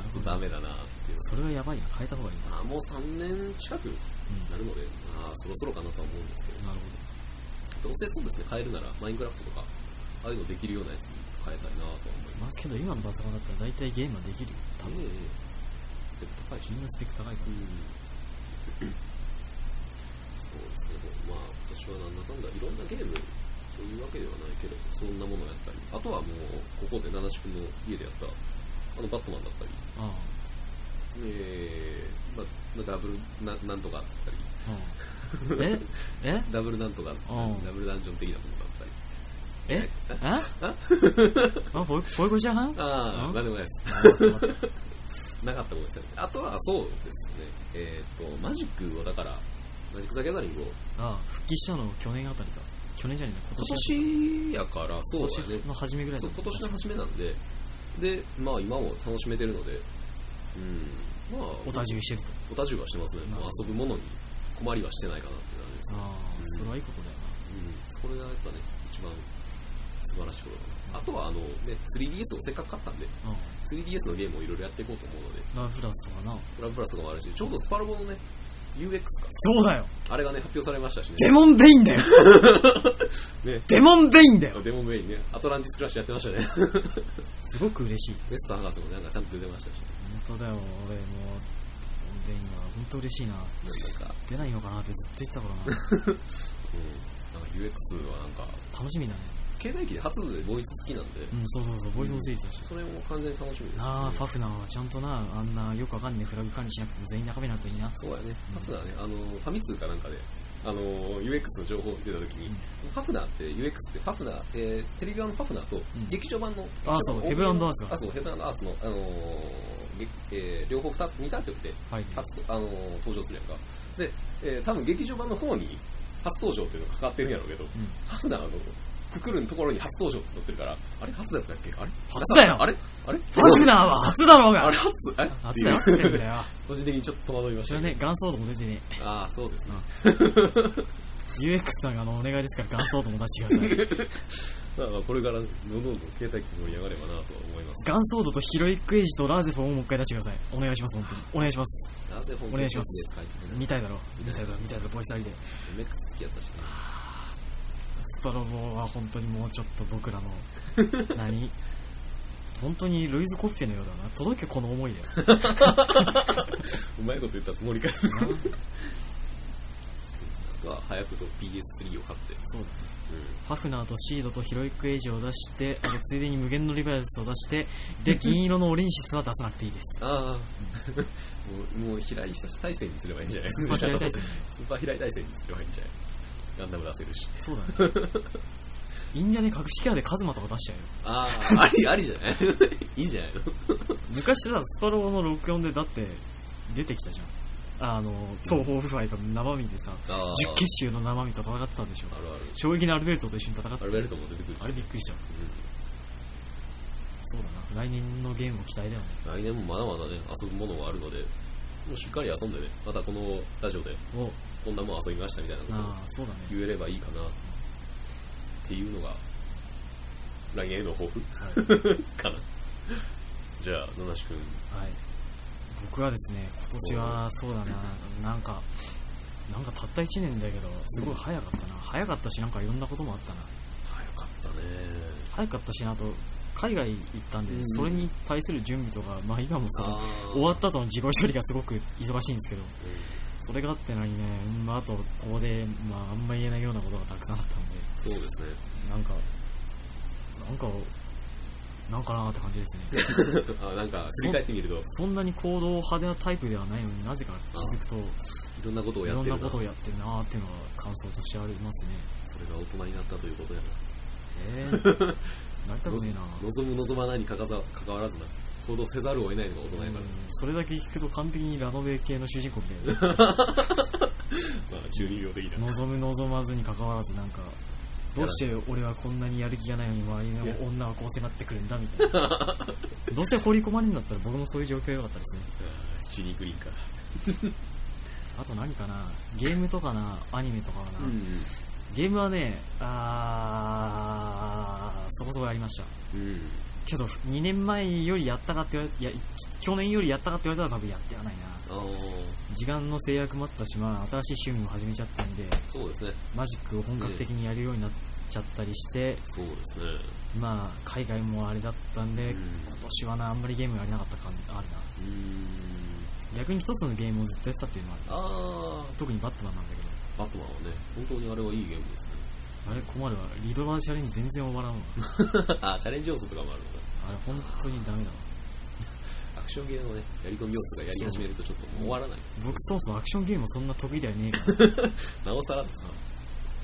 Speaker 2: ょっとダメだなっていう。
Speaker 1: それはやばいな変えた方がいいな、
Speaker 2: まあもう3年近く
Speaker 1: うん、
Speaker 2: なるので、まあそろそろかなとは思うんですけど。
Speaker 1: なるほど
Speaker 2: どうせそうですね、変えるなら、マインクラフトとか、ああいうのできるようなやつに変えたいなとは思い
Speaker 1: まあ
Speaker 2: ます。
Speaker 1: けど今のパソコンだったら大体ゲームはできるよ多
Speaker 2: え
Speaker 1: 分
Speaker 2: えええ高いし
Speaker 1: みんなスペック高いから
Speaker 2: うん。そうですね、もうまあ、私はなんだかんだいろんなゲームというわけではないけど、そんなものをやったり、あとはもう、ここで七宿の家でやった、あの、バットマンだったり、
Speaker 1: ああ
Speaker 2: ええまあまあ、ダブルな、なんとかだったり、
Speaker 1: うんえ (laughs) え
Speaker 2: ダブルなんとかだったり
Speaker 1: うん
Speaker 2: ダブルダンジョン的なものだったり。
Speaker 1: えああポイポイコシャハン
Speaker 2: あ
Speaker 1: (laughs) う
Speaker 2: あ、
Speaker 1: ん
Speaker 2: なんでもないです。なかったもんですよね。あとは、そうですね。えっ、と、マジックを、だから、マジック・ザ・ギャザリングを、
Speaker 1: ああ復帰したの去年あたりか去年じゃねえな今
Speaker 2: 今
Speaker 1: 年
Speaker 2: 年やから、そう
Speaker 1: 今
Speaker 2: だね
Speaker 1: 年。の初めぐらい
Speaker 2: そ
Speaker 1: だ
Speaker 2: う今年の初めなんで、で、まあ今も楽しめてるので、うん、まあ、
Speaker 1: おたじゅうしてると
Speaker 2: おたじゅうはしてますね。
Speaker 1: なる
Speaker 2: まあ
Speaker 1: ほ
Speaker 2: 遊ぶものに困りはしてないかなっていう感じですね。
Speaker 1: ああそれはいいことだよ
Speaker 2: うん、それがやっぱね、一番素晴らしいことかな。あとは、あの、ね、3DS をせっかく買ったんで、
Speaker 1: なうん
Speaker 2: 3DS のゲームをいろいろやっていこうと思うので、
Speaker 1: ラフランスとかな
Speaker 2: プランプラスとかもあるし、ちょうどスパロボのね、UX か。
Speaker 1: そうだよ
Speaker 2: あれがね、発表されましたしね。
Speaker 1: デモンベインだ (laughs) よ
Speaker 2: ね。
Speaker 1: デモンベインだよ
Speaker 2: デモメインね。アトランティスクラッシュやってましたね。 (laughs)
Speaker 1: すごく嬉しい
Speaker 2: ベスト博士もなんかちゃんと出てましたし、
Speaker 1: 本当だよ俺もうデモンベインは本当嬉しいな
Speaker 2: なんか、
Speaker 1: 出ないのかなってずっと言ってたからな
Speaker 2: うん。なんか UX はなんか、
Speaker 1: (laughs) 楽しみだね
Speaker 2: 携帯機で初でボイス付きなんで、
Speaker 1: うん、そうそうそう、ボイスもついてたし。
Speaker 2: それも完全に楽しみです、
Speaker 1: なあ、ファフナーはちゃんとな、あんなよくわかんねえフラグ管理しなくても全員仲間になるといいな。
Speaker 2: そうやね。
Speaker 1: うん
Speaker 2: ファフナーね、あの、ファミ通かなんかで、あの、UX の情報を見てた時に、
Speaker 1: うん
Speaker 2: ファフナーって UX ってファフナー、えーテレビ版のファフナーと
Speaker 1: ん
Speaker 2: 劇場版の、
Speaker 1: あそう
Speaker 2: 劇場
Speaker 1: ヘブンアースが
Speaker 2: あ、そう、ヘブンアースの、あのー、げえー両方 2, 二ターンってって、
Speaker 1: はい。
Speaker 2: 初あの登場するやんかで、えー多分劇場版の方に初登場っていうのがかかってるんやろうけど
Speaker 1: うん。
Speaker 2: ハフナーのくくるのところに初登場って載ってるからあれ初だったっけあれ
Speaker 1: 初だよ
Speaker 2: あれあれ
Speaker 1: ファフナーは初だろう
Speaker 2: あ
Speaker 1: が
Speaker 2: れ初あれ
Speaker 1: 初 (laughs) だよってんだよ。
Speaker 2: 個人的にちょっと戸惑いまし
Speaker 1: それ
Speaker 2: たけど
Speaker 1: ね、ガンソードも出てね。
Speaker 2: ああそうですね
Speaker 1: UX さんがあの、お願いですからガンソードも出してください。
Speaker 2: だからこれからどんどんどん携帯機盛り上がればなとは思います
Speaker 1: ガンソードとヒロイックエイジとラーゼフォンをもう一回出してください。お願いします、本当に。お願いします。
Speaker 2: なぜ本
Speaker 1: お願いします
Speaker 2: 使いたいな
Speaker 1: 見たいだろ。見たいだろ、見たいだろ、ボイスありで。
Speaker 2: MX 好きやったしな
Speaker 1: ストロボは本当にもうちょっと僕らの、何本当にルイズ・コッフェのようだな。届けこの思いで。
Speaker 2: うまいこと言ったつもりかあとは早くと PS3 を買って、
Speaker 1: そうだ。
Speaker 2: う
Speaker 1: ファフナーとシードとヒロイックエイジを出して、あとついでに無限のリバイスを出して、で、銀色のオリンシスは出さなくていいです。
Speaker 2: ん、 (laughs) ああもうもう (laughs) 平井久志大戦にすればいいんじゃない
Speaker 1: スーパー平井大戦
Speaker 2: (laughs) スーパー平井大戦にすればいいんじゃないガンダム出せるし
Speaker 1: そうだね。いいんじゃね隠しキャラでカズマとか出しちゃうよ。
Speaker 2: あ (laughs) あありありじゃないいいんじゃないの
Speaker 1: 昔さ、スパロボの64でだって出てきたじゃん。あの、東方不敗が生身でさ、
Speaker 2: ああ
Speaker 1: 十結集の生身と戦ってたんでしょ
Speaker 2: あ。るある
Speaker 1: 衝撃のアルベルトと一緒に戦って
Speaker 2: アルベルトも出てくる
Speaker 1: あれびっくりした。そうだな。来年のゲームも期待だよね。
Speaker 2: うん来年もまだまだね遊ぶものはあるのでもうしっかり遊んでねまたこのラジオで
Speaker 1: お、
Speaker 2: こんなもん遊びましたみたいなことを
Speaker 1: ああ、そうだね。
Speaker 2: (laughs) 言えればいいかなっていうのが来年への抱負
Speaker 1: はい。
Speaker 2: かなじゃあ七志くん
Speaker 1: はい、僕はですね、今年はそうだな、なんか、なんかたった1年だけど、すごい早かったな。早かったし、なんかいろんなこともあったな。
Speaker 2: 早かったね
Speaker 1: 早かったしな、あと、海外行ったんで、
Speaker 2: うん
Speaker 1: それに対する準備とか、まあ今もさ、
Speaker 2: あ
Speaker 1: 終わった後の自己処理がすごく忙しいんですけど、それがあってなにね、まあ、あと、ここで、まあ、あんま言えないようなことがたくさんあったんで、
Speaker 2: そうですね (laughs)
Speaker 1: なんか、なんか、なんかなーって感じですね。
Speaker 2: あなんか振り返ってみるとい
Speaker 1: そんなに行動派手なタイプではないのになぜか気づくと、
Speaker 2: ろんなことを
Speaker 1: い
Speaker 2: やっ
Speaker 1: ろん
Speaker 2: てる
Speaker 1: な
Speaker 2: な
Speaker 1: ことをやってるなーっていうのは感想としてありますね。
Speaker 2: それが大人になったということやな
Speaker 1: え (laughs) ー、なりたくねえな
Speaker 2: 望む望まないにかかざ関わらずな行動せざるを得ないのが大人やから、
Speaker 1: うんそれだけ聞くと完璧にラノベ系の主人公みたいな。
Speaker 2: まあ12秒でいいな
Speaker 1: 望む望まずに関わらずなんかどうして俺はこんなにやる気がないのに周りの女はこう迫ってくるんだみたいなどうせ放り込まれるんだったら僕もそういう状況が良かったですね
Speaker 2: あー死にくりんか
Speaker 1: あと何かなゲームとかなアニメとかはな、
Speaker 2: う
Speaker 1: ゲームはねあーそこそこやりました
Speaker 2: んうん
Speaker 1: けど2年前よりやったかって言われいや去年よりやったかって言われたら多分やってはないな
Speaker 2: ああ
Speaker 1: 時間の制約もあったし、まあ、新しい趣味も始めちゃったんで
Speaker 2: そうですね
Speaker 1: マジックを本格的にやるようになっちゃったりして、
Speaker 2: そうですね
Speaker 1: まあ、海外もあれだったんで、
Speaker 2: うん
Speaker 1: 今年はな、あんまりゲームやれなかった感あるな。
Speaker 2: うん
Speaker 1: 逆に一つのゲームをずっとやってたっていうのはある、
Speaker 2: あ
Speaker 1: 特にバットマンなんだけど、
Speaker 2: ーバットマンはね本当にあれはいいゲームで
Speaker 1: (laughs)
Speaker 2: すね
Speaker 1: あれ困るわ、リドラーチャレンジ全然終わらんわ。
Speaker 2: あーチャレンジ要素とかもあるのか
Speaker 1: あれ、本当にダメだわ。
Speaker 2: アクションゲーのねやり込み要素がやり始めるとちょっともう終わらない
Speaker 1: 僕そもそもアクションゲームもそんな得意ではねえから、 (laughs)
Speaker 2: なおさらです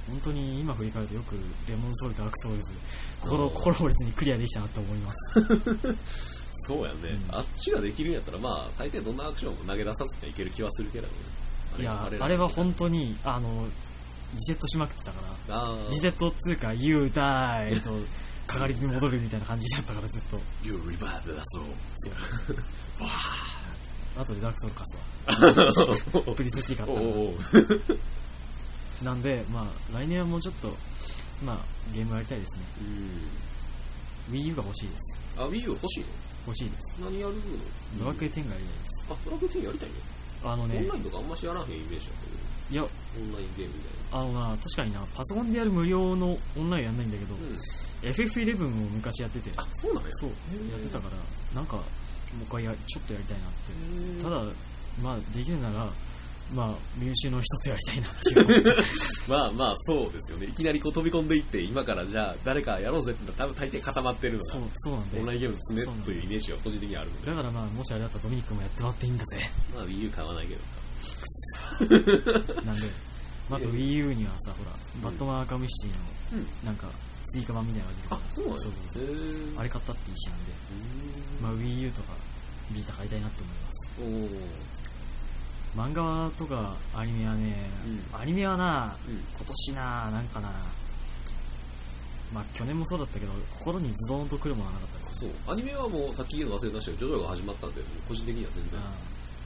Speaker 1: 本当に今振り返るとよくデモンソウルとアクソウルズ、心、心折れずにクリアできたなと思います。
Speaker 2: そうやね、
Speaker 1: うん
Speaker 2: あっちができるんやったらまあ大抵どんなアクションも投げ出さずにはいける気はするけどね
Speaker 1: いや、
Speaker 2: ら
Speaker 1: あれは本当に、あの、リセットしまくってたから、
Speaker 2: あー
Speaker 1: リセットっつうか、You die! と、かかりに戻るみたいな感じだったから、ずっと。
Speaker 2: You revive the
Speaker 1: (laughs)
Speaker 2: soul
Speaker 1: そう。あとでダークソウル貸すわ。
Speaker 2: (laughs)
Speaker 1: プリセキ買っ
Speaker 2: お
Speaker 1: た
Speaker 2: う
Speaker 1: の
Speaker 2: おう
Speaker 1: なんで、まあ、来年はもうちょっと、まあ、ゲームやりたいですね。
Speaker 2: うん、
Speaker 1: Wii U が欲しいです。
Speaker 2: あ Wii U 欲しい
Speaker 1: 欲しいです。
Speaker 2: の何やるの
Speaker 1: ドラクエ
Speaker 2: エ
Speaker 1: 10がやりたいです。
Speaker 2: あドラクエ10やりたいね
Speaker 1: あの
Speaker 2: オ
Speaker 1: ね
Speaker 2: ンライ、ンとかあんましやらへんイメージだけ
Speaker 1: いや、
Speaker 2: どオンラインゲームみたい
Speaker 1: あのな、確かにな、パソコンでやる無料のオンラインやんないんだけど、
Speaker 2: な、うん、
Speaker 1: FF11 を昔やってて、
Speaker 2: あそうなの
Speaker 1: そう、やってたから、なんか、もう一回や、ちょっとやりたいなって。ただ、まあ、できるなら、まあ、民衆の一つやりたいなっていう。
Speaker 2: まあまあそうですよねいきなりこう飛び込んでいって今からじゃあ誰かやろうぜって言ったら多分大抵固まってるの
Speaker 1: そ
Speaker 2: が
Speaker 1: う、そうなんで
Speaker 2: オンラインゲームです
Speaker 1: そうな
Speaker 2: ね
Speaker 1: ん
Speaker 2: と
Speaker 1: だ
Speaker 2: いうイメージが個人的にはあるので
Speaker 1: だからまあ、もしあれだったらドミニクもやってもらっていいんだぜ。
Speaker 2: まあ Wii U 買わないけど
Speaker 1: なんで、まああと Wii U にはさ、ほら、
Speaker 2: ん
Speaker 1: バットマンアーカムシティ
Speaker 2: う
Speaker 1: の
Speaker 2: ん、
Speaker 1: なんか、追加版みたいなのが出てく
Speaker 2: あ
Speaker 1: るから
Speaker 2: そうなんです
Speaker 1: そう
Speaker 2: ね
Speaker 1: そう
Speaker 2: へ
Speaker 1: あれ買ったっていいしなんで、まあ、Wii U とか、ビータ買いたいなって思います。
Speaker 2: えうんおー
Speaker 1: 漫画とかアニメはね、アニメはな、
Speaker 2: うん
Speaker 1: 今年な、なんかな、まあ去年もそうだったけど、心にズドンとくるものはなかったです。
Speaker 2: そうアニメはもうさっき言うの忘れましたけどジョジョが始まったんでもう個人的には全然
Speaker 1: うん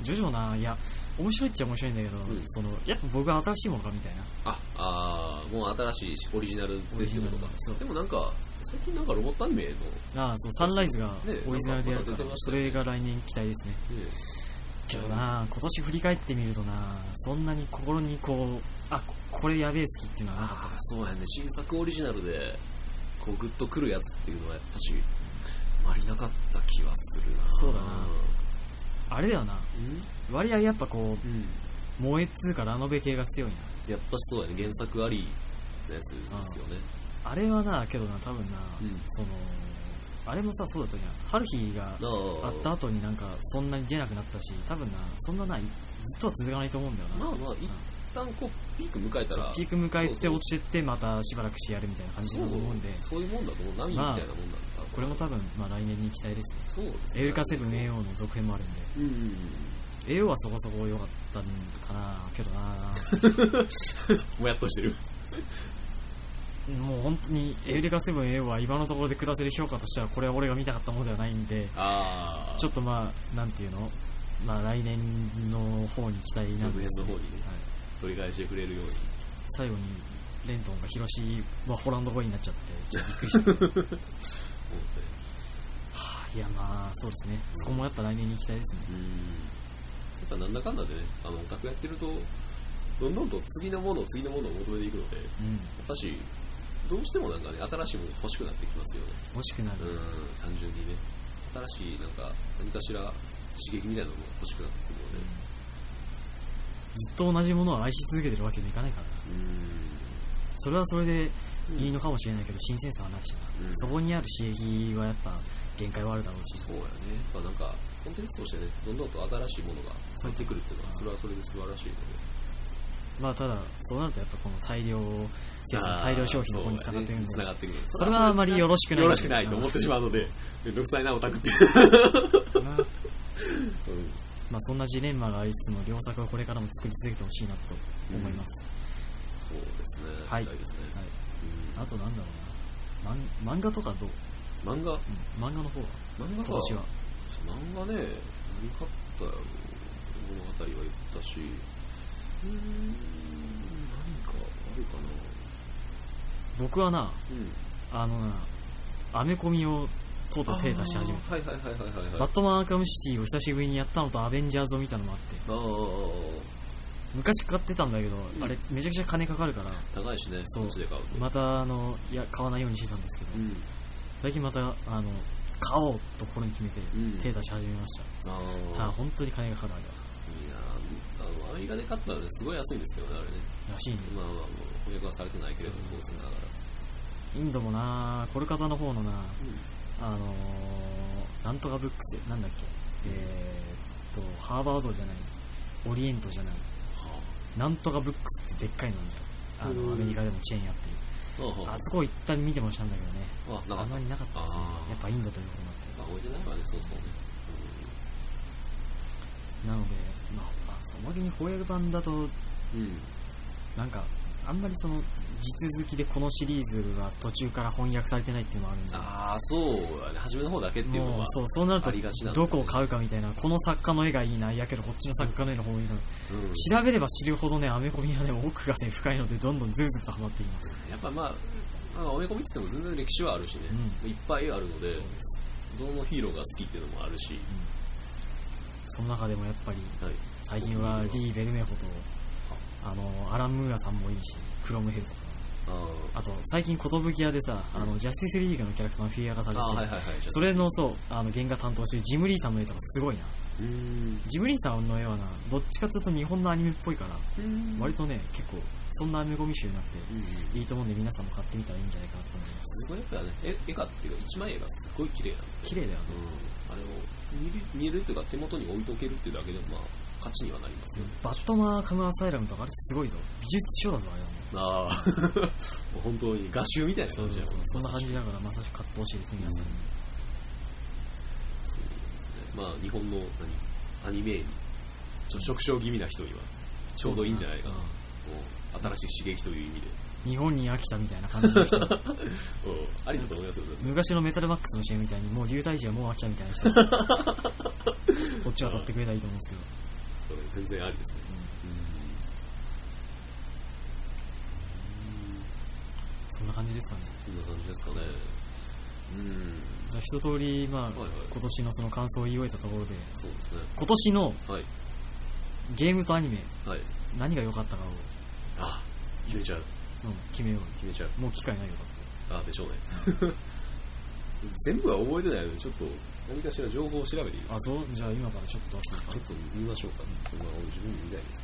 Speaker 1: ジョジョな、いや、面白いっちゃ面白いんだけど、
Speaker 2: ん
Speaker 1: その、やっぱ僕は新しいものかみたいな。
Speaker 2: ああーもう新しいしオリジナルできてるの
Speaker 1: オリジナ
Speaker 2: か
Speaker 1: ルそう
Speaker 2: でもなんか最近なんかロボットアニメの、ね、
Speaker 1: ああ、そう、サンライズが
Speaker 2: ね
Speaker 1: オリジナルでやるか
Speaker 2: なんかまた出て
Speaker 1: ら、
Speaker 2: ました
Speaker 1: そ
Speaker 2: よね
Speaker 1: れが来年期待ですね。けどな、今年振り返ってみるとな、そんなに心にこう、あ、ここれやべえ好きっていうのはなかった
Speaker 2: あ
Speaker 1: で
Speaker 2: あ
Speaker 1: す。
Speaker 2: そうやね新作オリジナルでこうグッとくるやつっていうのはやっぱしあまりなかった気はするな
Speaker 1: そうだなあれだよな、
Speaker 2: う
Speaker 1: 割合やっぱこ
Speaker 2: ん、うん、
Speaker 1: う、萌えっつうかラノベ系が強いな。
Speaker 2: やっぱしそうやね原作ありのやつですよね
Speaker 1: あれはな、けどな、多分な、
Speaker 2: うん
Speaker 1: その、あれもさ、そうだったじゃん。春日が
Speaker 2: なあ
Speaker 1: あった後になんか、そんなに出なくなったし、多分な、そんなない、ずっとは続かないと思うんだよな。
Speaker 2: まあまあ一旦こうピーク迎えた
Speaker 1: そう
Speaker 2: ら
Speaker 1: ピーク迎えて落ちてって、またしばらくしてやるみたいな感じだと思うんで、
Speaker 2: そうそういうもんだと思う波みたいなもんなんだ、
Speaker 1: これも多分、まあ来年に期待ですね。
Speaker 2: そうですね
Speaker 1: エルカセブン AO の続編もあるんで。
Speaker 2: うんうんうん
Speaker 1: AO はそこそこ良かったんかなけどな (laughs)
Speaker 2: もやっとしてる
Speaker 1: もう本当にエウレカセブン AO は今のところで下せる評価としてはこれは俺が見たかったものではないんで
Speaker 2: ああ
Speaker 1: ちょ
Speaker 2: っ
Speaker 1: っとまあなんていうのまあ来年の方に期待なん
Speaker 2: 続編
Speaker 1: です
Speaker 2: の
Speaker 1: ねは
Speaker 2: 方にね
Speaker 1: い、
Speaker 2: 取り返してくれるように
Speaker 1: 最後にレントンが広島ホランド語になっちゃ (laughs) ってちょっとびっくりしたはいやまあそうですねそこもやっぱ来年に期待ですね
Speaker 2: うんやっぱなんだかんだでねあのオタクやってるとどんどんと次のもの次のものを求めていくのでや
Speaker 1: うん
Speaker 2: っぱしどうしてもなんかね新しいもの欲しくなってきますよね
Speaker 1: 欲しくなる、
Speaker 2: うん単純にね新しいなんか何かしら刺激みたいなのも欲しくなってくるので
Speaker 1: ずっと同じものを愛し続けてるわけにいかないからなそれはそれで
Speaker 2: うん
Speaker 1: いいのかもしれないけど新鮮さはないしな、
Speaker 2: うん
Speaker 1: そこにある刺激はやっぱ限界はあるだろうし
Speaker 2: そうやね、まあ、なんかコンテンツとしてねどんどんと新しいものが入ってくるっていうのはそれはそれで素晴らしいので
Speaker 1: まあただそうなるとやっぱこの大量生産大量消費の方に繋がってるんで
Speaker 2: そうやね繋がってくる
Speaker 1: それはあまりよろしくない
Speaker 2: よろしくないと思ってしまうのでめんどくさいなオタクって、
Speaker 1: うんまあそんなジレンマがありつつも両作をこれからも作り続けてほしいなと思います、
Speaker 2: そうですね
Speaker 1: はい
Speaker 2: 期待ですね、
Speaker 1: はい、あとなんだろうなマン漫画とかどう、
Speaker 2: うん漫画
Speaker 1: うん漫画の方は
Speaker 2: 漫画
Speaker 1: 今年は
Speaker 2: 漫画ね何買ったやろ物語は言ったしうーん何かあるかな
Speaker 1: 僕はな
Speaker 2: うん
Speaker 1: あのなアメコミをとうとう手出し始めた
Speaker 2: たはいはいはいはいはいはい
Speaker 1: バットマンアーカムシティを久しぶりにやったのとアベンジャーズを見たのもあって
Speaker 2: ああ
Speaker 1: 昔買ってたんだけど、
Speaker 2: うん
Speaker 1: あれめちゃくちゃ金かかるから
Speaker 2: 高いしね
Speaker 1: そう
Speaker 2: こっちで買うと、
Speaker 1: またあのいや買わないようにしてたんですけど、
Speaker 2: うん
Speaker 1: 最近またあの買おうと心に決めて
Speaker 2: うん
Speaker 1: 手出し始めまし
Speaker 2: あ
Speaker 1: た、
Speaker 2: あ
Speaker 1: はい本当に金がかかるあれはい
Speaker 2: やーあのアメリカで買ったらねすごい安いんですけどねあれね
Speaker 1: らしいね
Speaker 2: まあまあもう翻訳はされてないけれども当然ながら
Speaker 1: インドもなコルカタの方のな
Speaker 2: う
Speaker 1: あのーなんとかブックスなんだっけえー、っとハーバードじゃないオリエントじゃないなんとかブックスってでっかいのあんじゃんあ
Speaker 2: うん
Speaker 1: のアメリカでもチェーンやってる
Speaker 2: んはあ
Speaker 1: あそこ一旦見てましたんだけどね
Speaker 2: あはあ
Speaker 1: あ
Speaker 2: あなかっ
Speaker 1: ん
Speaker 2: た
Speaker 1: まりなかったですね
Speaker 2: あー
Speaker 1: やっぱインドということもあって
Speaker 2: あ置いてないからねそうそうね
Speaker 1: なので、まあ、まあその時に翻訳版だと
Speaker 2: うん、うん
Speaker 1: なんかあんまりその地続きでこのシリーズが途中から翻訳されてないっていうのもあ
Speaker 2: ああそうやね初めの方だけっ
Speaker 1: るん
Speaker 2: て
Speaker 1: で
Speaker 2: いうの
Speaker 1: もう
Speaker 2: は
Speaker 1: そうそうなると
Speaker 2: ありがちなんだ
Speaker 1: ど
Speaker 2: ね
Speaker 1: こを買うかみたいなこの作家の絵がいいなやけどこっちの作家の絵の方がいいな
Speaker 2: うん
Speaker 1: 調べれば知るほどねアメコミはね奥がね深いのでどんどんズルズルとハマっていきます
Speaker 2: やっぱまあまあ、アメコミって言っても全然歴史はあるしね、いっぱいあるので
Speaker 1: そうです、
Speaker 2: どのヒーローが好きっていうのもあるし、
Speaker 1: うん、その中でもやっぱり
Speaker 2: はい、
Speaker 1: 最近はリー・ベルメホとあのアラン・ムーアさんもいいしクロムヘルとか
Speaker 2: あー
Speaker 1: あと最近寿屋でさあのジャスティスリーグのキャラクターのフィギュアがされ
Speaker 2: あーはい
Speaker 1: て
Speaker 2: はい
Speaker 1: て
Speaker 2: はい
Speaker 1: それのそうあの原画担当してるジムリーさんの絵とかすごいな
Speaker 2: うーん
Speaker 1: ジムリーさんの絵はなどっちかというと日本のアニメっぽいから割とね結構そんなアメゴミ集になって
Speaker 2: うんうん
Speaker 1: いいと思うんで皆さんも買ってみたらいいんじゃないかなと思います
Speaker 2: すごいやっぱね絵絵画っていうか一枚絵がすごい綺麗なんで
Speaker 1: 綺麗だよね
Speaker 2: うん、あれを見る見るというか手元に置いとけるっていうだけでもまあ価値にはなりますよね、
Speaker 1: バットマンカムアサイラムとかあれすごいぞ美術書だぞあれはもう
Speaker 2: ああ (laughs) もう本当に画集みたいな
Speaker 1: そう
Speaker 2: 感じ
Speaker 1: そう
Speaker 2: や
Speaker 1: そうそんな感
Speaker 2: じ
Speaker 1: じだからまさしく買ってほしいです皆さんに
Speaker 2: そうですねまあ日本の何アニメにちょっと食傷気味な人にはちょうどいいんじゃないかな
Speaker 1: うん
Speaker 2: こう新しい刺激という意味で、
Speaker 1: 日本に飽きたみたいな感じの人
Speaker 2: うん、ありだと思いますよ、
Speaker 1: 昔のメタルマックスの試合みたいにもう流体時はもう飽きたみたいな人こ (laughs) っちは当たってくれたらいいと思うんですけど、
Speaker 2: それ全然ありですね
Speaker 1: うん
Speaker 2: うん
Speaker 1: そんな感じですかね
Speaker 2: そんな感じですかねうん
Speaker 1: じゃあ一通り、まあ、
Speaker 2: はいはい
Speaker 1: 今年のその感想を言い終えたところで、
Speaker 2: そうですね
Speaker 1: 今年の
Speaker 2: はい
Speaker 1: ゲームとアニメ、
Speaker 2: はい
Speaker 1: 何が良かったかを、
Speaker 2: あ決めちゃう
Speaker 1: うん、決めよ
Speaker 2: 決めちゃう
Speaker 1: う。もう機会ないよ、
Speaker 2: あでしょうね (laughs) 全部は覚えてないのでちょっと何かしら情報を調べていいです
Speaker 1: だっ
Speaker 2: か
Speaker 1: て。あ、そうじゃあ今からちょっと出すの
Speaker 2: ちょ
Speaker 1: か
Speaker 2: っ。と見ましょうか、まあ、俺自分も見たいです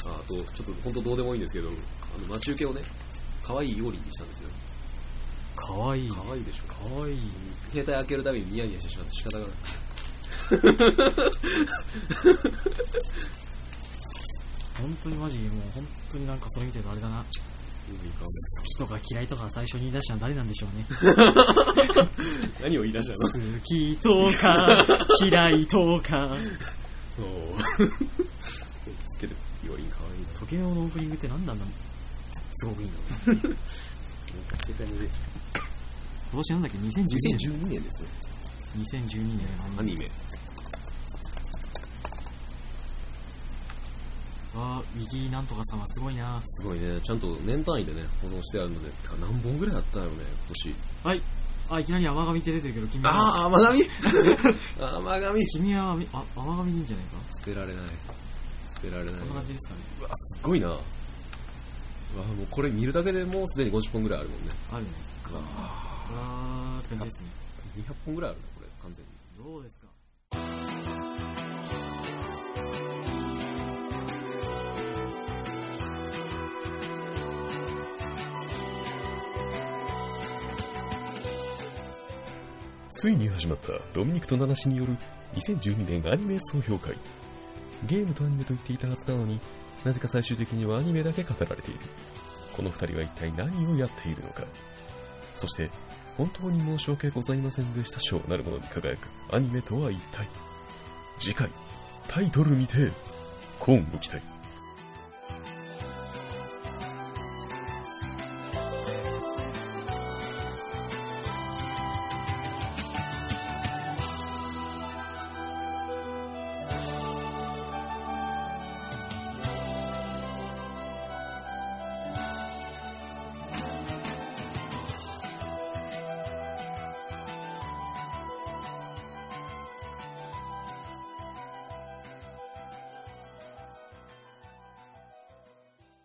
Speaker 2: けどああとちょっと本当どうでもいいんですけどあの待ち受けをね可愛い料理にしたんですよ
Speaker 1: かわいい。か
Speaker 2: 可愛いでしょうか
Speaker 1: わいい。
Speaker 2: 携帯開けるたびにニヤニヤしてしまって仕方がない
Speaker 1: 本当にマジ、もう本当になんかそれ見てるとあれだな。好きとか嫌いとか最初に言い出したの誰なんでし (laughs) ょうね。
Speaker 2: 何を言い出した (laughs) の
Speaker 1: 好きとか嫌いとか。
Speaker 2: (laughs) おつける料理可愛いな
Speaker 1: 時計のオープニングって何なんだすごくいいんだろうな。
Speaker 2: 携帯の (laughs) レジ
Speaker 1: 今年なんだっけ ?2012 年。
Speaker 2: 2012年ですね
Speaker 1: 2012年の
Speaker 2: アニメ
Speaker 1: あー、ウィギーなんとかさんはすごいな。
Speaker 2: すごいねちゃんと年単位でね保存してあるのでてか何本ぐらいあったんやろね今年
Speaker 1: はい。あ、いきなり甘神って出てるけど、君は。
Speaker 2: ああ甘神 (laughs) 甘神
Speaker 1: 君は甘神あ甘神でいいんじゃないか
Speaker 2: 捨てられない捨てられない
Speaker 1: こんな感じですかね。
Speaker 2: うわすっごいなうわもうこれ見るだけでもうすでに50本ぐらいあるもんね
Speaker 1: あるね。
Speaker 2: うわ
Speaker 1: あーって感じですね。
Speaker 2: 200本ぐらいあるねこれ完全に
Speaker 1: どうですか
Speaker 3: ついに始まったドミニクとナナシによる2012年アニメ総評会ゲームとアニメと言っていたはずなのになぜか最終的にはアニメだけ語られているこの2人は一体何をやっているのかそして本当に申し訳ございませんでした賞なるものに輝くアニメとは一体次回タイトル未定コーンご期待